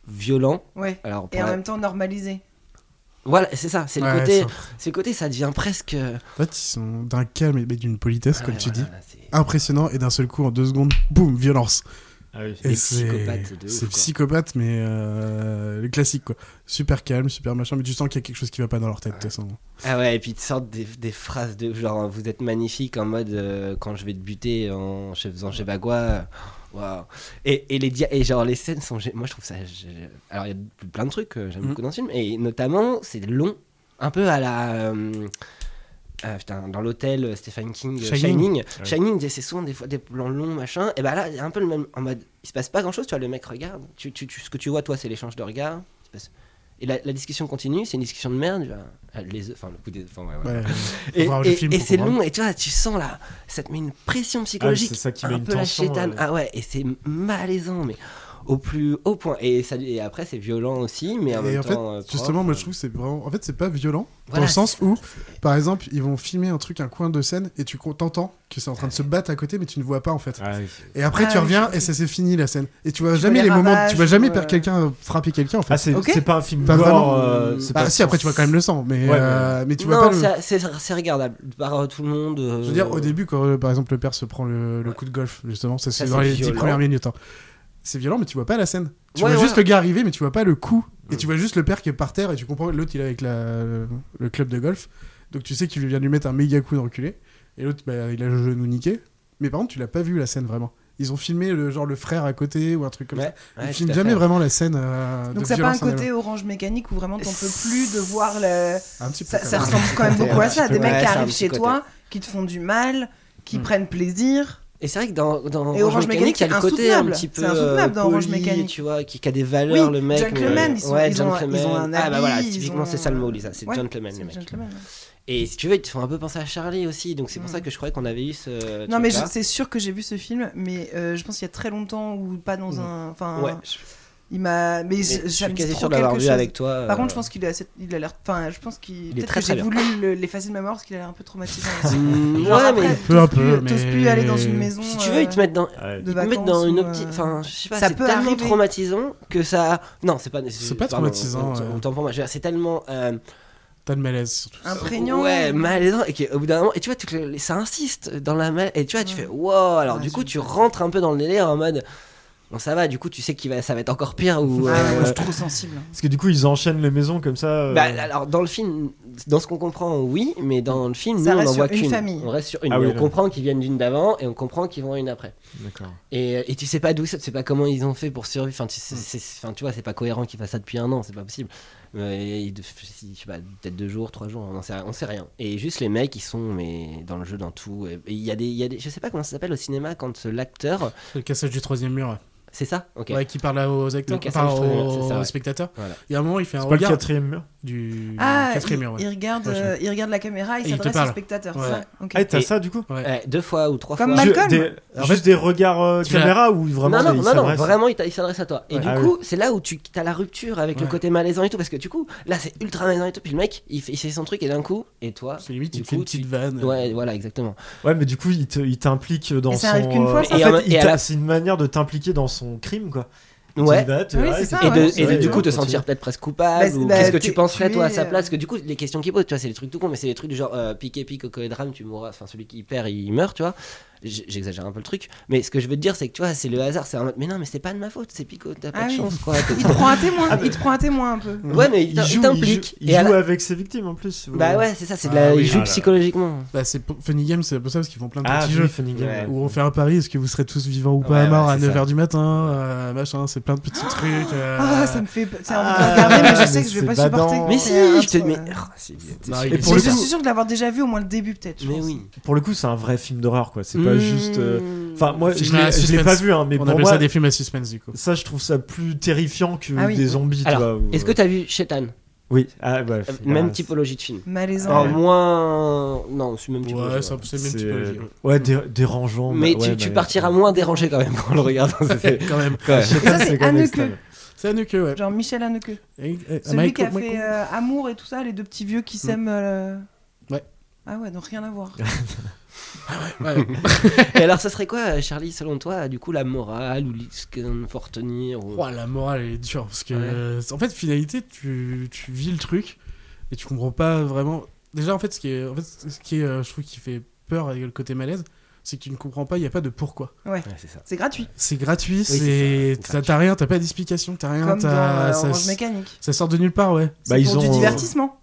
violent.
Ouais.
Alors, pour
Et en
la-
même temps, normalisé.
Voilà, c'est ça, c'est
Ouais,
le côté.
ça.
C'est le côté, ça devient presque. euh,
En fait, ils sont d'un calme et d'une politesse, comme tu
voilà,
dis. Impressionnant, et d'un seul coup, en deux secondes, boum, violence.
Ah oui.
Et
Des
c'est-
psychopathes de ouf,
C'est
quoi.
psychopathe, mais euh, le classique, quoi. Super calme, super machin, mais tu sens qu'il y a quelque chose qui va pas dans leur tête, de toute façon.
Ah ouais, et puis ils sortent des, des phrases de genre vous êtes magnifique en mode euh, quand je vais te buter en che- faisant chez Bagua. Waouh. Et, et, les dia- et genre les scènes sont. gé- Moi je trouve ça. gé- Alors il y a plein de trucs que j'aime
Mhm.
beaucoup dans ce film, et notamment c'est long, un peu à la. euh, euh, putain, dans l'hôtel euh, Stephen King, euh,
Shining.
Shining,
Ouais.
Shining, c'est souvent des fois des plans longs, machin. Et bah là, il y a un peu le même en mode, il se passe pas grand chose, tu vois, le mec regarde. Tu, tu- tu- ce que tu vois, toi, c'est l'échange de regards. Il se passe- Et la, la discussion continue, c'est une discussion de merde. tu vois. Ah, Les, enfin, le coup des. Enfin, ouais, voilà.
Ouais,
Et-
faut voir le
Et,
film
et
pour
c'est
comprendre.
long, et tu vois, tu sens là, ça te met une pression psychologique.
Ah, c'est ça qui met
un
une
peu la
tension, euh.
chétane.
ouais.
Ah ouais, et c'est malaisant, mais au plus haut point. Et, ça, et après, c'est violent aussi, mais en
et
même
en fait,
temps. euh, propre.
justement, moi je trouve que c'est vraiment. En fait, c'est pas violent. dans
Voilà,
le sens où, par exemple, ils vont filmer un truc, un coin de scène, et tu con- t'entends que c'est en train de se battre à côté, mais tu ne vois pas en fait. Et après,
Ah
tu
oui,
reviens et ça c'est fini la scène. Et tu vois
Tu
jamais
vois les
les moments,
ravages,
tu vois jamais
ou,
per-
euh,
quelqu'un frapper quelqu'un en fait.
Ah, c'est- Ok. c'est pas un film
Pas
gore,
vraiment.
euh, c'est
Bah,
pas-
si, après tu vois quand même le sang, mais
Ouais,
euh,
ouais.
mais tu
non,
vois pas. le-
c'est- c'est c'est regardable par euh, tout le monde. euh,
Je veux dire, au début, quand euh, par exemple le père se prend le, le coup de golf, justement, ça,
Ça,
c'est
c'est
dans les dix
violent.
premières minutes. hein. C'est violent, mais tu vois pas la scène. Tu
Ouais,
vois
ouais.
juste le gars arriver, mais tu vois pas le coup. Et tu vois juste le père qui est par terre, et tu comprends que l'autre il est avec la- le club de golf. Donc tu sais qu'il vient lui mettre un méga coup de reculé. Et l'autre, bah, il a le genou niqué. Mais par contre, tu l'as pas vu la scène vraiment. Ils ont filmé le, genre le frère à côté ou un truc comme
Ouais.
ça. Ils
Ouais, tout
filment
à
jamais
fait.
vraiment la scène. euh, de
Donc, ça n'a pas un
violence en elle-même.
côté orange mécanique où vraiment t'en peux plus de voir le.
Un petit peu,
Ça,
quand
ça
même.
ressemble quand
Un
même
petit
beaucoup à
peu.
ça. Des
Ouais,
mecs qui
c'est un
arrivent
petit
chez
côté.
toi, qui te font du mal, qui prennent plaisir.
Et c'est vrai que dans, dans
Et Orange Mécanique,
il y a le côté un
insoutenable.
petit peu.
C'est insoutenable dans Orange
euh, poli,
Mécanique.
Tu vois, qui, qui a des valeurs,
Oui,
le mec.
gentleman,
mais-
ils sont-
ouais,
ils ont un-
gentleman.
ils ont un
Ah bah voilà,
habit, ils
typiquement,
ont
c'est ça le mot, Lisa. C'est
Ouais,
gentleman,
c'est
les mecs.
gentleman, ouais.
Et si tu veux, ils te font un peu penser à Charlie aussi. Donc c'est pour ça que je croyais qu'on avait eu ce.
Non, mais je-
truc-là.
c'est sûr que j'ai vu ce film, mais euh, je pense qu'il y a très longtemps ou pas dans
Mm.
un. Enfin,
Ouais,
Il m'a. Mais,
Mais
je
je suis
ça me dit
quasi
trop
sûr de l'avoir
quelque
vu
chose.
avec toi,
Par
euh,
contre, je pense qu'il a, cette- il a l'air. Enfin, je pense qu'il.
est
Peut-être
très,
que
très
j'ai
bien.
voulu le- l'effacer de ma mémoire parce qu'il a l'air un peu traumatisé.
Mmh,
Genre
ouais,
après,
mais-
t'oses
Peu à peu,
plus- t'oses
mais-
plus aller dans une maison. euh,
Si tu veux, ils te mettent dans, ils te mettent dans une optique. Enfin, je sais pas, c'est tellement traumatisant que ça. Non, c'est pas nécessaire.
C'est pas traumatisant,
On, on-
ouais.
on t'en prend mal. Je veux dire, C'est tellement. euh,
T'as le malaise surtout.
Imprégnant.
Ouais, malaisant. Et qu'au bout d'un moment, et tu vois, tu- les- ça insiste dans la mal. Et tu vois, tu fais wow. Alors, du coup, tu rentres un peu dans le délire en mode. Bon, ça va, du coup, tu sais que ça va être encore pire. Ou,
Ah ouais,
euh,
moi, je suis trop sensible.
Parce que du coup, ils enchaînent les maisons comme ça. euh,
Bah, alors dans le film, dans ce qu'on comprend, oui, mais dans le film,
Ça
nous, on
reste
en voit
sur une
qu'une.
famille.
On reste sur une.
Ah
Et
oui,
on
là.
comprend qu'ils viennent d'une d'avant et on comprend qu'ils vont à une après.
D'accord.
Et, et tu sais pas d'où ça, tu sais pas comment ils ont fait pour survivre. Enfin, tu, sais- c'est- c'est- enfin, tu vois, c'est pas cohérent qu'ils fassent ça depuis un an, c'est pas possible. Euh, et ils- je sais pas, peut-être deux jours, trois jours, on en sait, on sait rien. Et juste les mecs, ils sont mais dans le jeu, dans tout. Et et il y a des, il y a des, je sais pas comment ça s'appelle au cinéma quand euh, l'acteur.
C'est le cassage du troisième mur. ouais.
C'est ça Ok.
Ouais, qui parle aux acteurs,
Le cassage
enfin
du troisième mur,
aux,
c'est ça, ouais.
aux spectateurs.
Voilà.
Il y a un moment, il fait un
C'est pas le
regard.
quatrième mur
Du
Ah,
quatrième
il,
mur, ouais.
il regarde,
Ouais, je-
euh, il regarde la caméra, il
Et il te
s'adresse aux
parle.
spectateurs.
Ouais.
ça, ok.
Ah, et t'as ça du coup
Ouais, deux fois ou trois
Comme
fois.
Malcolm.
Des- Juste des regards euh,
Tu l'as-
caméra ou vraiment
non, non,
ils
non, non,
s'adressent
vraiment, il t'a- il s'adresse à toi. Et
Ouais.
du
Ah
coup,
ouais.
c'est là où tu as la rupture avec le
Ouais.
côté malaisant et tout, parce que du coup, là, c'est ultra malaisant et tout. Puis le mec, il fait, il fait son truc et d'un coup, et toi,
C'est limite,
du
il te fait une
tu-
petite vanne.
Ouais, voilà, exactement.
Ouais, mais du coup, il te- il t'implique dans
Et
son.
ça arrive qu'une fois,
euh,
ça.
en
Et
fait,
en-
il
et à
t'a-
la-
c'est une manière de t'impliquer dans son crime, quoi.
Ouais.
Tu vas, tu vas, tu-
et de, et de- du coup te sentir peut-être presque coupable
Bah,
ou
bah,
qu'est-ce que tu
t'es-
penserais
tu
toi à
es,
sa
euh,
place que du coup les questions qu'il pose tu vois c'est des trucs tout con mais c'est des trucs du genre euh, pique et pique coco et drame tu mourras enfin celui qui perd il meurt tu vois J- j'exagère un peu le truc mais ce que je veux te dire c'est que tu vois c'est le hasard c'est un mode mais non mais c'est pas de ma faute c'est Pico t'as pas
Ah
de
oui.
chance quoi
Il te prend un témoin,
ah,
il te prend un témoin un peu.
Ouais, mais il
il
t'im-
joue,
il t'implique.
il joue,
Et à la-
avec ses victimes en plus.
Bah ouais, c'est ça, c'est de
Ah
la- il joue psychologiquement.
Bah, c'est pour- Funny Game, c'est pour ça parce qu'ils font plein de
Ah,
petits
oui,
jeux
Funny Game, ouais.
où on fait un pari est-ce que vous serez tous vivants ou pas
Ouais,
à mort
ouais,
à
c'est
9h du matin, euh, machin, c'est plein de petits trucs. euh.
Ah, ça me fait. C'est un truc à regarder, mais je sais que je vais pas supporter.
Mais si,
C'est un
je te
truc,
mais
ouais.
oh, c'est bien.
Non, il
c'est super.
est
Mais je suis sûr de l'avoir déjà vu au moins le début, peut-être. je
Mais
pense.
oui.
Pour le coup, c'est un vrai film d'horreur, quoi.
Hmm.
C'est pas juste. euh, Enfin, moi, je
Film à
l'ai- je l'ai
suspense.
pas vu, hein, mais
On
pour
appelle
moi,
ça des films à suspense du coup.
ça, je trouve ça plus terrifiant que
Ah oui.
des zombies, tu
Alors,
vois, ou-
Est-ce que t'as vu Shetan
Oui, ah, bah,
Euh,
bah,
Même
c'est-
typologie de film.
Malaisant.
Alors, moins. Non, c'est même typologie.
Ouais, ça- c'est même
c'est- euh,
typologie.
Ouais, dé- dérangeant.
Mais
bah,
tu,
ouais,
tu
mais-
partiras moins dérangé quand même quand on le regarde. C'est-
Quand même.
Ouais.
Et ça, c'est Haneke.
extrême.
C'est Haneke, ouais.
Genre Michel Haneke.
Et- et-
Celui
Michael-
qui a
Michael-
fait euh, Amour et tout ça, les deux petits vieux qui s'aiment. euh, le-
Ouais.
Ah ouais, donc rien à voir. euh,
Ouais.
Et alors, ça serait quoi, euh, Charlie, selon toi, du coup, la morale ou ce qu'on faut retenir ou...
Ouah, la morale elle est dure parce que
Oh. Ouais.
euh, en fait finalité tu, tu vis le truc et tu comprends pas vraiment déjà en fait ce qui est en fait ce qui est euh, je trouve qui fait peur avec le côté malaise c'est que tu ne comprends pas il y a pas de pourquoi
Ouais.
c'est ça.
C'est gratuit.
c'est gratuit
c'est
c'est t'as t'as rien t'as pas d'explication t'as rien
Comme dans
t'as
euh,
ça,
Orange Mécanique.
ça sort de nulle part ouais
C'est pour du divertissement.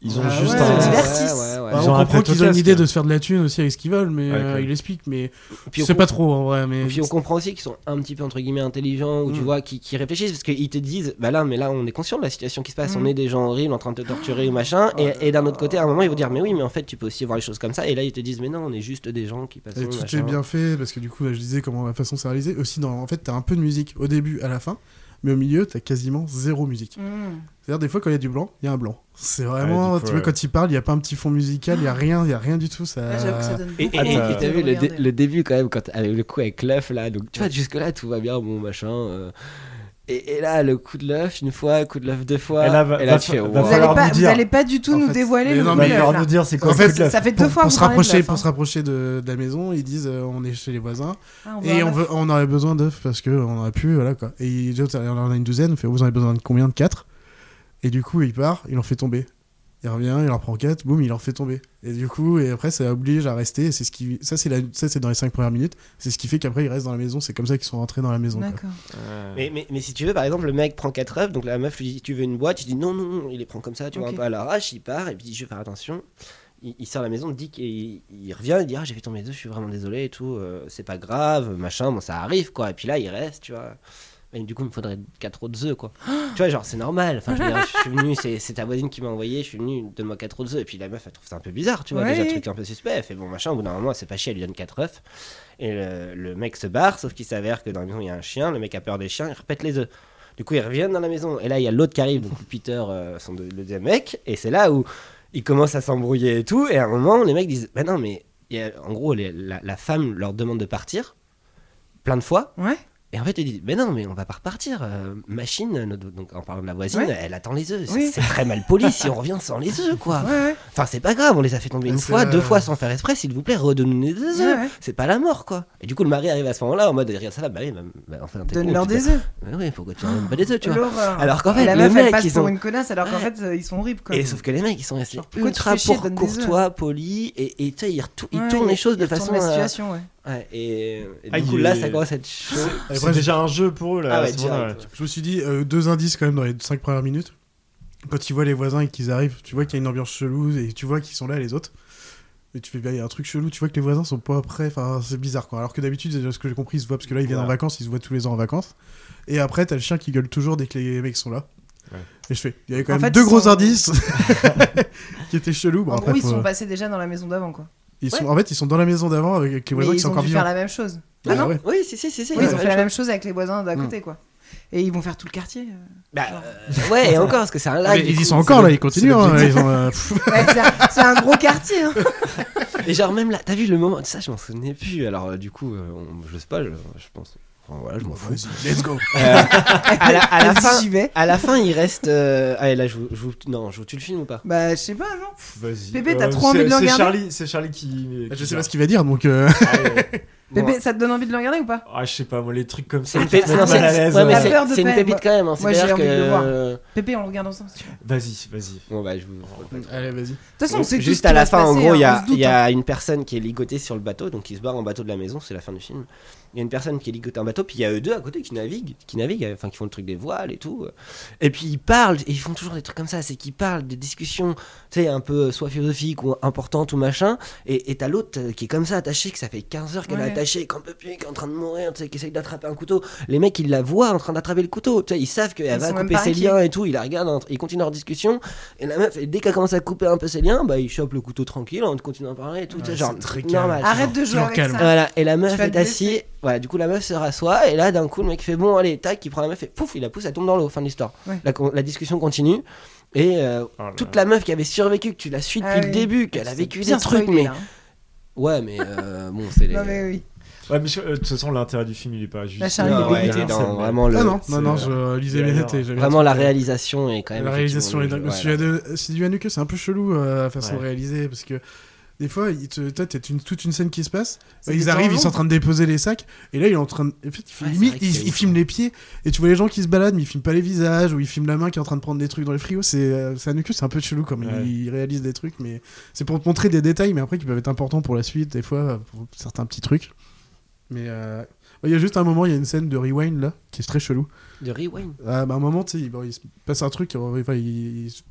Ils ont
Ah
juste
ouais,
un.
ils
divertissent.
Bah,
Ils
on
ont un
comprend qu'ils ont
podcast,
une idée
quoi.
de se faire de la thune aussi avec ce qu'ils veulent mais
Avec,
euh,
euh,
il explique mais
Puis
je
on
sais pas
comp-
trop en vrai mais
Puis on comprend aussi qu'ils sont un petit peu entre guillemets intelligents ou tu
Mm.
vois qui, qui réfléchissent parce qu'ils te disent bah là mais là on est conscient de la situation qui se passe on
Mm.
est des gens horribles en train de te torturer ou
Oh
machin et, et d'un autre côté à un moment ils vont dire mais oui mais en fait tu peux aussi voir les choses comme ça et là ils te disent mais non on est juste des gens qui passent
Et tout est bien fait parce que du coup là je disais comment la façon c'est réalisé aussi dans en fait t'as un peu de musique au début à la fin mais au milieu t'as quasiment zéro musique c'est-à-dire des fois quand il y a du blanc il y a un blanc c'est vraiment
Ouais, du coup,
tu vois
ouais.
quand il parle il y a pas un petit fond musical il y a rien il y a rien du tout ça
Ouais, j'avoue que ça donne
Et et-
beaucoup
et
envie
euh,
t'as
de
vu le, dé-
regarder.
le début quand même, quand, avec le coup avec l'œuf là, donc tu vois, jusque-là tout va bien, bon machin. euh, et, et là, le coup de l'œuf une fois, coup de l'œuf deux fois,
Et là, va-
et là
va
tu
fa-
fais
va
wow.
Vous allez,
falloir
pas,
nous
vous
dire.
allez pas du tout
En
nous
fait,
dévoiler
mais
le
non,
coup
mais
de
il va
l'œuf,
nous
là.
dire c'est quoi
En
le
fait,
coup de l'œuf.
Ça fait deux
pour,
fois
pour
qu'on
se
parlait de
rapprocher
l'œuf,
pour
hein.
se rapprocher de, de la maison ils disent euh, on est chez les voisins
Ah, on veut
et
un
on
œuf.
veut on aurait besoin d'œufs parce que on aurait pu voilà quoi et l'autre on en a une douzaine fait vous en avez besoin de combien de quatre et du coup il part il en fait tomber il revient il en prend quatre boum il en fait tomber et du coup et après ça oblige à rester et c'est ce qui ça c'est la... ça c'est dans les cinq premières minutes c'est ce qui fait qu'après ils restent dans la maison c'est comme ça qu'ils sont rentrés dans la maison quoi.
D'accord.
Euh,
Mais, mais, mais si tu veux, par exemple, le mec prend quatre œufs, donc la meuf lui dit Tu veux une boîte Il dit non, non, non, il les prend comme ça, tu vois,
Ok.
un peu à l'arrache, il part, et puis il dit Je vais faire attention. Il, il sort de la maison, dit qu'il il revient, il dit Ah, j'ai fait tomber les œufs, je suis vraiment désolé et tout, euh, c'est pas grave, machin, bon, ça arrive quoi. Et puis là, il reste, tu vois. Et du coup, il me faudrait quatre autres œufs quoi. tu vois, genre, c'est normal. Enfin, je veux dire, je suis venu, c'est c'est ta voisine qui m'a envoyé, je suis venu, donne-moi quatre autres œufs. Et puis la meuf, elle trouve ça un peu bizarre, tu vois,
Ouais.
déjà, le truc un peu suspect. Elle fait bon, machin, au bout d'un moment, c'est pas chier, elle lui donne quatre œufs. Et le, le mec se barre, sauf qu'il s'avère que dans la maison il y a un chien, le mec a peur des chiens, il répète les œufs. Du coup, ils reviennent dans la maison. Et là, il y a l'autre qui arrive, donc Peter, euh, son deux- le deuxième mec, et c'est là où ils commencent à s'embrouiller et tout. Et à un moment, les mecs disent Bah non, mais il y a- en gros, les- la, la femme leur demande de partir, plein de fois.
Ouais.
Et en fait, ils disent, mais non, mais on va pas repartir. euh, machine, notre- donc en parlant de la voisine,
Ouais.
elle attend les œufs. C'est-
Oui.
C'est très mal poli si on revient sans les œufs, quoi.
Ouais, ouais.
Enfin, c'est pas grave, on les a fait tomber une
C'est
fois,
la-
deux fois sans faire exprès. S'il vous plaît, redonnez les œufs.
Ouais, ouais.
C'est pas la mort, quoi. Et du coup, le mari arrive à ce moment-là en mode, regarde ça là, bah oui, bah, bah, enfin, t'es
Donne-leur
con, tu
des
te-
œufs.
Bah oui, pourquoi tu leur donnes pas des œufs, tu vois.
L'horreur.
Alors qu'en fait,
Et la
les
meuf, elle
mecs,
passe
ils
pour
ont-
une connasse, alors qu'en fait, euh, ils sont horribles, quoi.
et sauf que les mecs, ils sont restés
pourquoi
ultra
tu fais chier,
pour
donne des
courtois, polis, et, et tu sais, ils, retou- ils
Ouais,
tournent
ils-
les choses de
ils retournent
façon.
la
euh,
situation, ouais.
ouais, et, et
Ah,
du
il
coup,
est-
là, ça commence à être chaud.
C'est Après, déjà un jeu pour eux, là,
Ah
à
ouais,
ce moment-là,
direct.
ouais.
Je me suis dit, euh, deux indices quand même dans les cinq premières minutes. Quand ils voient les voisins et qu'ils arrivent, tu vois qu'il y a une ambiance chelou et tu vois qu'ils sont là les autres. Et tu fais bien, il y a un truc chelou, tu vois que les voisins sont pas prêts, enfin c'est bizarre quoi. Alors que d'habitude, de ce que j'ai compris, ils se voient parce que là ils viennent en
Voilà.
vacances, ils se voient tous les ans en vacances. Et après, t'as le chien qui gueule toujours dès que les mecs sont là.
Ouais.
Et je fais, il y avait quand
En
même
fait,
deux
ils
gros
sont-
indices qui étaient chelous. Bon,
en
après,
gros, ils
faut-
sont passés déjà dans la maison d'avant, quoi.
ils sont-
Ouais.
En fait, ils sont dans la maison d'avant avec avec les
Mais
voisins qui
ils
sont
ont
encore
dû faire
vivants.
la même chose.
Ah non,
ouais.
oui, si, si, si, si,
Oui,
ils
ils
ont
ont
fait
fait la
la
même chose avec les voisins d'à
Mm.
côté, quoi. Et ils vont faire tout le quartier. euh, genre.
Ouais, et encore, parce que c'est
Ah
un live.
Mais
du
ils y
coup,
sont
c'est
encore
le-
là, ils
c'est
continuent. hein,
l'objectif.
ils ont, euh, pff,
Ouais, c'est un- c'est un gros quartier. hein.
Et genre, même là, t'as vu le moment. Ça, je m'en souvenais plus. Alors, euh, du coup, euh, on- je sais pas, je, je pense. Enfin, voilà, je m'en fous.
vas-y, let's go.
Euh, à, la, à la
Vas-y,
fin,
j'y vais.
à la fin, il reste. euh, Allez, là, je vous. je vous- Non, je vous tue le film ou pas
Bah, je sais pas, non
Vas-y.
Pépé, t'as
Euh,
trop envie
c'est-
de le
c'est
regarder
Charlie- C'est Charlie qui.
Je sais pas ce qu'il va dire donc. euh,
Bébé, ça te donne envie de le regarder ou pas
Ah, je sais pas, moi, les trucs comme ça.
C'est une
qui te
pépite,
mettent
non,
mal à
c'est-
l'aise,
ouais, mais
ouais.
La peur de
c'est une
paix,
pépite
moi.
quand même, hein, c'est
Moi, j'ai
d'ailleurs
envie de le
que-
voir. Pépé, on le regarde ensemble, si tu veux.
Vas-y, vas-y.
Bon, bah, je vous.
Allez, vas-y.
De toute façon, on sait tout ce
Juste
qui
à
va
la
se
fin, en
passer,
gros,
hein,
il y
on
a,
se doute,
il y a une personne qui est ligotée sur le bateau, donc qui se barre en bateau de la maison, c'est la fin du film. Il y a une personne qui est ligotée en bateau, puis il y a eux deux à côté qui naviguent, qui naviguent, euh, enfin qui font le truc des voiles et tout. euh. Et puis ils parlent, et ils font toujours des trucs comme ça, c'est qu'ils parlent des discussions, tu sais, un peu euh, soit philosophiques ou importantes ou machin, et et t'as l'autre euh, qui est comme ça attaché, que ça fait 15 heures qu'elle
Ouais.
est attachée, qu'en peut plus, qui est en train de mourir, tu sais, qui essaye d'attraper un couteau. Les mecs, ils la voient en train d'attraper le couteau, tu sais, ils savent qu'elle
Ils
va
sont même
couper
pas
ses
inquiets.
liens et tout, ils la regardent, hein, ils continuent leur discussion, et la meuf, et dès qu'elle commence à couper un peu ses liens, bah ils chopent le couteau tranquille, on continue à parler et tout, tu sais,
Ouais,
genre
c'est très calme.
normal.
Ah.
Arrête de jouer Toujours avec calme. ça.
Voilà, et la
Tu
meuf
vas
est
te
assise, voilà, du coup la meuf se rassoit, et là d'un coup le mec fait bon, allez, tac, il prend la meuf et pouf, il la pousse, elle tombe dans l'eau, fin de l'histoire.
Ouais.
La, con- la discussion continue. Et euh, toute la meuf qui avait survécu, que tu la suis depuis
Ah
le
oui.
début, qu'elle a
C'est
vécu des
bien
trucs,
spoilé,
mais.
là, hein.
Ouais, mais euh, bon, c'est les.
Non, mais oui.
Ouais, mais je- euh, de toute façon, l'intérêt du film, il est pas juste.
La Charlie Non, Hebdo. ouais, il est dans
C'est-
vraiment le- Ah non,
non, non, je lisais mes notes et j'avais
Vraiment, la
retrouvé.
réalisation est quand même.
La réalisation est dingue.
effectivement
Parce que Suda- Suda que c'est un peu chelou euh, la façon de réaliser parce que des fois, il te- toi, t'as une- toute une scène qui se passe.
C'est
Bah, ils
des
arrivent,
temps
ils sont en
longs.
train de déposer les sacs. Et là, il est en train de. En fait, il, fait limite,
vrai que
il-
c'est
il
ouf,
filme les pieds. Et tu vois les gens qui se baladent, mais ils filment pas les visages. Ou ils filment la main qui est en train de prendre des trucs dans les frigos. C'est euh, c'est Hanukkah, c'est un peu chelou comme
Ouais.
il, il réalise des trucs. Mais c'est pour te montrer des détails, mais après qui peuvent être importants pour la suite. Des fois, euh, pour certains petits trucs. Mais euh, ouais, il y a juste un moment, il y a une scène de rewind là, qui est très chelou.
De rewind
Ah, bah, À un moment, tu sais, il- bon, il se passe un truc. Enfin, il- il se-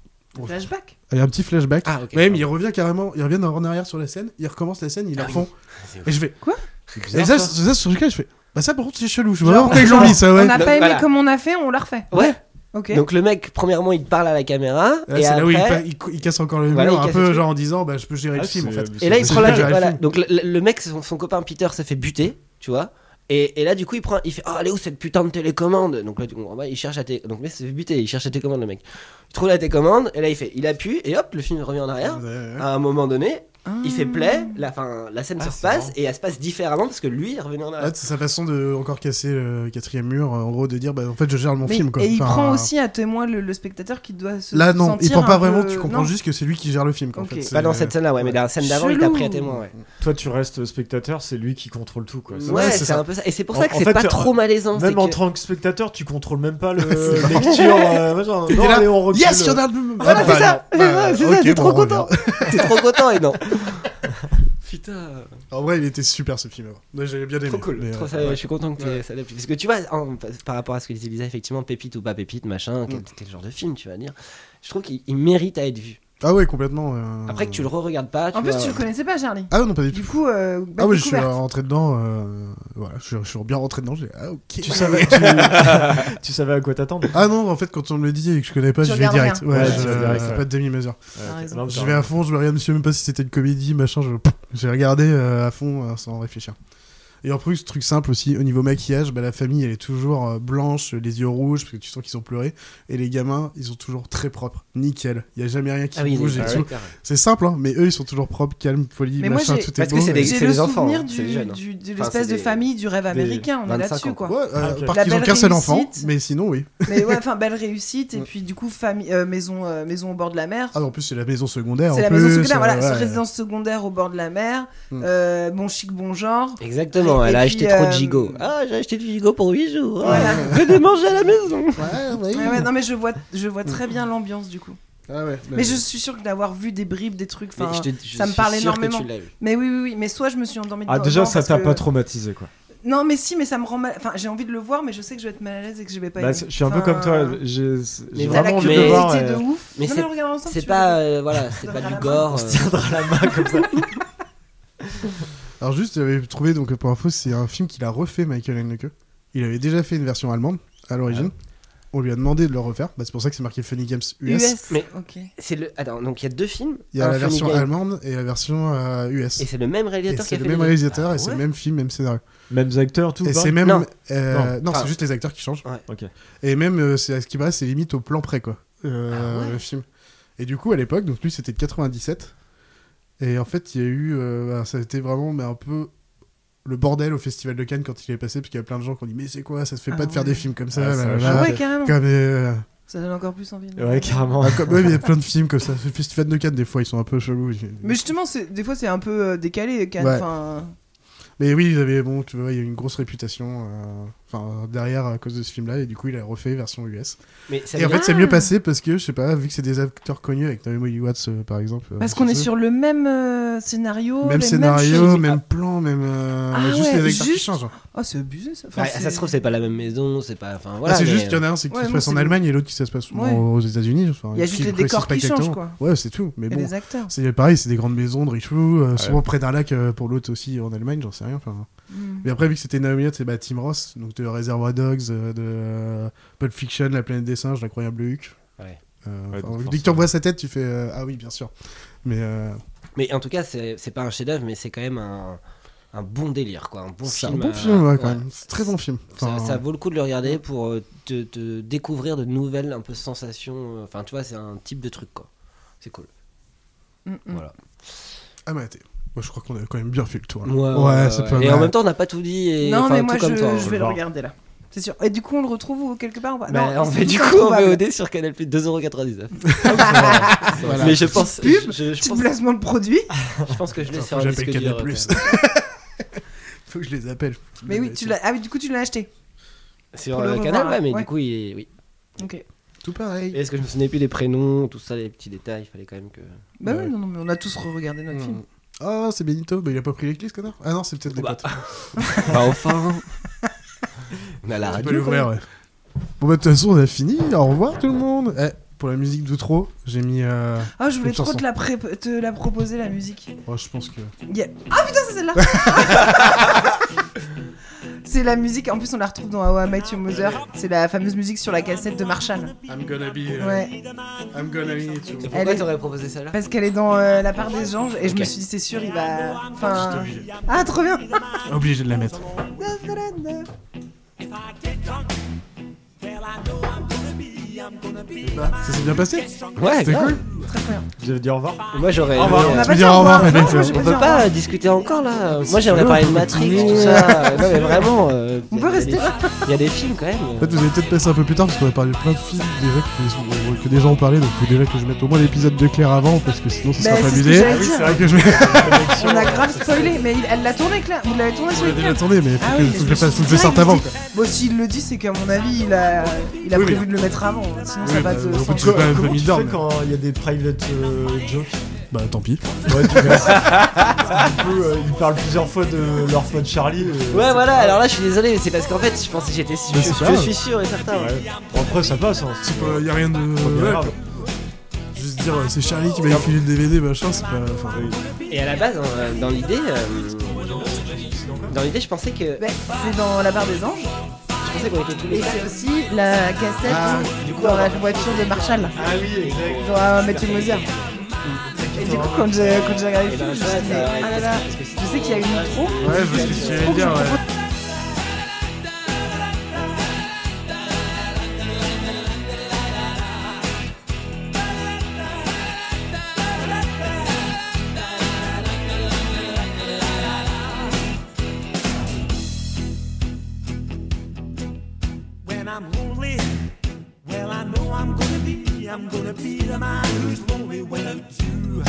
Flashback
il y a un petit flashback.
Ah, ok.
Même, il revient carrément, il revient en arrière sur la scène, il recommence la scène, il la
Ah oui.
refont.
C'est ouf.
Et je fais
Quoi
Et
bizarre,
ça,
ça.
c'est- ça, sur lequel je fais Bah, ça, par contre, c'est chelou. Je vois
Genre,
vraiment que les gens
genre,
lisent ça, ouais. Ah,
On n'a pas aimé
voilà.
comme on a fait, on l'a refait.
Ouais.
Ok.
Donc le mec, premièrement, il parle à la caméra.
Là,
et
c'est là où il,
après-
pa- il cou- il casse encore le mur,
Voilà, il
un
casse le
peu
truc.
genre en disant Bah, je peux gérer
Ah,
le film en
c'est-
fait.
mais
Et là, il prend la
Gérer le
voilà.
film.
Donc, le, le- le mec, son, son copain Peter, ça fait buter, tu vois. Et, et là, du coup, il prend, il fait Ah, elle est où cette putain de télécommande Donc là, tu comprends pas, il cherche à té... Donc, le mec, se fait buter, il cherche la télécommande, le mec. Il trouve la télécommande, et là, il fait Il appuie, et hop, le film revient en arrière. À un moment donné, il fait play, la, fin, la scène se repasse, et elle se passe différemment parce que lui, il revenait en
Là,
arrière.
Ah, c'est sa façon de encore casser le quatrième mur, en gros, de dire Bah, en fait, je gère mon
Mais-
film quoi.
Et il
Enfin,
prend aussi à témoin le, le spectateur qui doit se.
Là, non, il
sentir
prend pas
un peu-
vraiment, tu comprends
non.
juste que c'est lui qui gère le film quoi. en
Ok.
fait, Ah, c'est- euh,
Pas Bah, dans cette scène-là, ouais, mais dans la scène d'avant, il t'a pris à
Chelou.
témoin, ouais.
Toi, tu restes spectateur, c'est lui qui contrôle tout, quoi.
Ouais,
vrai,
c'est un peu ça. Et c'est pour ça
En-
que
en
c'est
fait,
pas
euh,
trop malaisant, c'est
Même en
que-
tant que spectateur, tu contrôles même pas le
C'est vrai.
lecture. euh, machin.
T'es
non,
là,
allez, on recule.
Yes, il y en a un peu-
Ah,
Voilà, Bah, c'est ça, c'est ça, c'est ça, t'es trop content.
T'es trop content, et non.
Putain. En vrai, il était super ce film. avant. Ouais, J'avais bien aimé.
Trop cool.
mais,
Trop
euh,
ça-
ouais.
Je suis content que tu ça adapte. Parce que tu vois, en- par rapport à ce que disait Lisa, effectivement, pépite ou pas pépite, machin,
Mm.
quel, quel genre de film tu vas dire. Je trouve qu'il il mérite à être vu.
Ah ouais, complètement. euh,
Après que tu le re-regardes pas.
En plus,
vois,
tu le connaissais pas, Charlie.
Ah non, pas du tout.
Du coup, euh, belle
Ah oui, je suis
découverte.
rentré dedans. euh, Voilà, je suis- je suis bien rentré dedans. J'ai ah ok.
Tu savais, tu- tu savais à quoi t'attendre.
Ah non, en fait, quand on me le dit et que je connais pas,
Tu
je vais
regardes
direct.
rien.
Ouais,
Ouais,
je-
tu vas direct,
c'est
ouais.
pas de demi-mesure.
Ouais, T'as raison.
je vais à fond, je me regarde, je sais même pas si c'était une comédie, machin. Je... J'ai regardé euh, à fond euh, sans réfléchir. Et en plus, truc simple aussi, au niveau maquillage, bah, la famille, elle est toujours euh, blanche, les yeux rouges, parce que tu sens qu'ils ont pleuré. Et les gamins, ils sont toujours très propres, nickel. Il n'y a jamais rien qui
Ah oui,
bouge
les-
et
ah
tout.
ouais, carrément.
C'est simple, hein, mais eux, ils sont toujours propres, calmes, polis,
Mais moi,
machin,
j'ai-
tout est
Parce que
beau.
c'est des-
J'ai
c'est
le
les enfants,
souvenir
hein,
du-
c'est les jeunes, hein.
du- de
Enfin,
l'espèce
c'est des-
de famille du rêve
des
américain, on est
25
là-dessus
ans.
quoi.
Ouais, euh,
La
à part qu'ils ont
belle
qu'un seul enfant,
réussite.
mais sinon, oui.
Mais ouais, enfin, belle réussite, et puis du coup, famille, euh, maison, euh, maison au bord de la mer.
Ah, en plus, c'est la maison secondaire.
C'est
en
la maison
plus,
secondaire,
euh,
voilà, c'est
ouais.
résidence secondaire au bord de la mer,
Hmm.
euh, bon chic, bon genre.
Exactement,
Et
elle a
puis,
acheté trop de
euh,
gigots. Ah, j'ai acheté du gigot pour 8 jours.
Voilà.
Ah, je vais les manger à la maison.
Ouais, ouais, non, mais je vois, je vois très bien l'ambiance du coup.
Ah ouais,
mais
mais-
je suis sûr que d'avoir vu des bribes, des trucs,
Mais
enfin,
je te- je
ça me
suis
parle
sûr que
énormément.
tu l'as vu.
Mais oui, oui, oui, mais soit je me suis endormie
Ah,
dedans,
déjà,
genre,
ça
parce
t'a
que-
pas traumatisé, quoi.
Non, mais si, mais ça me rend mal. Enfin, j'ai envie de le voir, mais je sais que je vais être mal à l'aise et que je vais pas.
Bah,
aimer.
je suis un peu
Enfin,
comme toi. J'ai
Mais
j'ai
t'as la
vraiment envie de
curiosité
voir.
de
euh,
ouf.
Mais
Non,
c'est-
mais on regarde ensemble,
c'est
tu
pas,
vois.
euh, voilà,
On
c'est pas
se donnera
du
la main.
gore,
On
euh.
se tiendra la main comme ça.
Alors juste, j'avais trouvé, donc pour info, c'est un film qu'il a refait, Michael Haneke. Il avait déjà fait une version allemande, à l'origine.
Ah.
On lui a demandé de le refaire. Bah, c'est pour ça que c'est marqué Funny Games US.
Mais c'est le. Attends, donc il y a deux films.
Il y a
un
la
Funny
version
Game.
allemande et la version euh, US.
Et c'est le même réalisateur
Et
qui a
C'est le
fait
même
les deux.
réalisateur
Ah
et c'est le
ouais
même film, même scénario.
Mêmes acteurs, tout,
Et
pas
c'est même.
Non.
euh,
Non.
non,
Enfin,
c'est juste les acteurs qui changent.
Ok.
Et même, euh, c'est, à ce qui paraît, c'est limite au plan près, quoi. euh,
Ah ouais
Le film. Et du coup, à l'époque, donc lui, c'était de 97. Et en fait, il y a eu. euh, bah, ça a été vraiment mais un peu le bordel au Festival de Cannes quand il est passé, parce qu'il y a plein de gens qui ont dit Mais c'est quoi, ça se fait
Ah
pas de faire
ouais.
des films comme ça.
Ah, ça
blablabla.
va changer.
Ah ouais, carrément.
Comme, euh,
Ça donne encore plus envie. de-
Ouais, carrément.
ah, comme- ouais, mais il y a plein de films comme ça. Le Festival de Cannes, des fois, ils sont un peu chelous.
Mais justement, c'est- des fois, c'est un peu euh, décalé, Cannes.
Ouais.
Enfin,
Mais oui, ils avaient, bon, tu vois, il y a eu une grosse réputation euh, enfin, derrière à cause de ce film-là, et du coup, il a refait version US.
Mais ça
et en
veut
fait,
dire-
c'est mieux passé parce que, je sais pas, vu que c'est des acteurs connus avec Naomi Watts, euh, par exemple. euh,
parce qu'on est
ce-
sur le même euh, scénario,
Même
les mêmes
scénario,
choses.
même plan, même. euh,
Ah
juste
ouais,
les acteurs qui
juste-
changent. hein.
Ah, c'est abusé ça. Enfin,
Ouais, ça se trouve, c'est pas la même maison, c'est euh, pas. Enfin,
Ah,
voilà.
c'est
mais-
juste qu'il y en a un c'est qui se passe en Allemagne et l'autre qui se passe
Ouais.
aux États-Unis. Enfin,
Il y a
qui
juste les
précise
décors
pas
qui changent,
exactement. Ouais, c'est tout. Mais
Et
bon,
les acteurs.
c'est pareil, c'est des grandes maisons de riches, euh, souvent près d'un lac euh, pour l'autre aussi en Allemagne, j'en sais rien. enfin.
Mm.
Mais après, vu que c'était Naomi Watts, c'est bah, Tim Ross, donc de Reservoir Dogs, euh, de euh, Pulp Fiction, La planète des singes, L'incroyable Hulk.
Ouais.
Euh,
Ouais,
enfin,
donc
dès que tu revois sa tête, tu fais euh, Ah oui, bien sûr. Mais euh,
Mais en tout cas, c'est c'est pas un chef-d'œuvre, mais c'est quand même un, un bon délire, quoi. Un bon
c'est
film.
un bon
euh,
film, ouais, quand
ouais.
même. C'est très bon film.
Ça,
Enfin,
ça vaut le coup de le regarder pour euh, te, te découvrir de nouvelles un peu sensations. euh, Enfin, tu vois, c'est un type de truc, quoi. C'est cool.
mm.
Voilà.
Ah, mais t'es- Moi, je crois qu'on a quand même bien fait le tour. là.
Ouais, ouais, ouais,
c'est
ouais.
pas
Et en
mal.
même temps, on n'a pas tout dit. Et...
Non,
enfin,
mais
tout
moi, je,
comme toi, hein.
je
on
vais le
voir.
regarder là. C'est sûr. Et du coup, on le retrouve où, quelque part ou pas
Bah,
Non,
on
c'est
fait du
tout
coup en
improbable.
VOD sur Canal Plus 2,99€.
Voilà.
Mais je pense.
Petite pub,
je,
petit placement de produit.
je pense que je l'ai
Attends,
sur
faut
un
que
disque
j'appelle
dur.
Canal+.
quand
Faut que je les appelle.
Mais oui, tu l'as. Ah, oui, du coup, tu l'as acheté.
même. Sur
Pour le
euh,
revoir,
Canal, ouais, mais
ouais.
du coup, il est. Oui.
Ok.
Tout pareil.
Est-ce que je me souvenais plus des prénoms, tout ça, les petits détails, il fallait quand même que.
Bah oui, non, non, mais on a tous re-regardé
Hmm.
notre film.
Oh, c'est Benito. Bah, il a pas pris les clés, ce connard. Ah non, c'est peut-être des
Bah.
potes.
Bah, enfin. On a la
Tu
radio.
peux l'ouvrir,
quoi.
ouais. Bon, bah, de toute façon, on a fini. Au revoir, tout le monde. Eh, pour la musique d'outro, j'ai mis. euh,
Ah, je voulais
une
trop
chanson.
te la, pré- te la proposer, la musique.
Oh, je pense que.
Yeah. Ah putain, c'est celle-là C'est la musique, en plus on la retrouve dans How I Met Your Mother. C'est la fameuse musique sur la cassette de Marshall.
I'm gonna be.
euh, Ouais.
I'm gonna be. Et
Elle est- Parce qu'elle est dans euh, La part des anges et je
Ok.
me suis dit, c'est sûr, il va. Enfin.
Je suis obligé.
Ah, trop bien
Obligé de la mettre. Bah, Ça s'est bien passé
Ouais,
C'était
grave.
cool.
Très bien.
Je vais dire au revoir.
Moi, j'aurais.
Au revoir.
aimé,
On
euh,
n'a
pas dit au revoir. Non, moi, j'ai pas
On peut
dit au
pas
revoir.
discuter encore là.
Si
Moi,
tu
j'aimerais
veux,
parler
on
de
peut
Matrix, tout
continuer.
ça. Non, mais vraiment. euh,
On
y a-
peut
y a
rester
des- Il y a des films quand même.
En fait, vous allez peut-être passer un peu plus tard parce qu'on a parlé de plein de films déjà qui sont- euh, que des gens ont parlé, donc il faut déjà que je mette au moins l'épisode de Claire avant parce que sinon ce
Bah,
sera pas
c'est ce que
abusé.
j'allais Ah oui, dire. c'est vrai
que je
On a grave spoilé, mais il- elle l'a tourné, Claire. Vous l'avez tourné sur
l'a
le
déjà tourné, mais faut
Ah
que-
oui,
faut
mais
que
je
je
me
fasse-
suis
faut que je sorte
dit,
avant,
je me suis dit, Bon, s'il le dit, c'est qu'à mon avis, il a, il a
Oui,
prévu
mais-
de le mettre avant. Sinon,
Oui,
ça va
bah,
de.
on peut
sans-
toujours-
Comment,
Bah,
comment
comme
tu
il dort,
fais
mais-
quand il y a des private euh, jokes
Bah, tant pis.
Ouais, tu vois. Parce que, du coup, euh, ils parlent plusieurs fois de leur pote Charlie. euh,
Ouais, voilà, alors là, je suis désolé, mais c'est parce qu'en fait, je pensais que j'étais sûr.
Mais
Je,
c'est pas
je
grave.
suis sûr et certain.
Ouais. Bon, après, ça passe. Hein.
C'est pas- y a rien de. ouais,
grave.
quoi. Juste dire, euh, c'est Charlie qui m'a filé le DVD, machin, c'est pas. Enfin,
Et à la base, hein, dans l'idée. euh, Dans l'idée, je pensais que.
Ouais, Ben, c'est dans La part des anges.
Je pensais qu'on était tous les
Et c'est aussi la cassette
Ah,
dans la voiture de Marshall.
Ah oui, exact.
Dans euh, Mathieu Mosier.
Et
Et du coup, quand j'ai quand j'ai regardé le film, je me suis dit,
ça-
ah là là, je sais qu'il y a une pro.
Ouais, parce que si j'allais dire, ouais.
When I'm lonely, well, I know I'm gonna be, I'm gonna be the man who's lonely without you.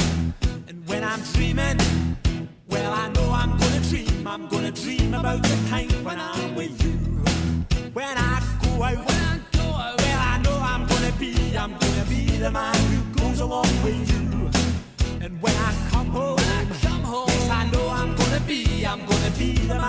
And when I'm dreaming, well, I know I'm gonna dream, I'm gonna dream about the time when I'm with you. When I go out, when I go out, well, I know I'm gonna be, I'm gonna be the man who goes along with you. And when I come home, yes, I know I'm gonna be, I'm gonna be the man.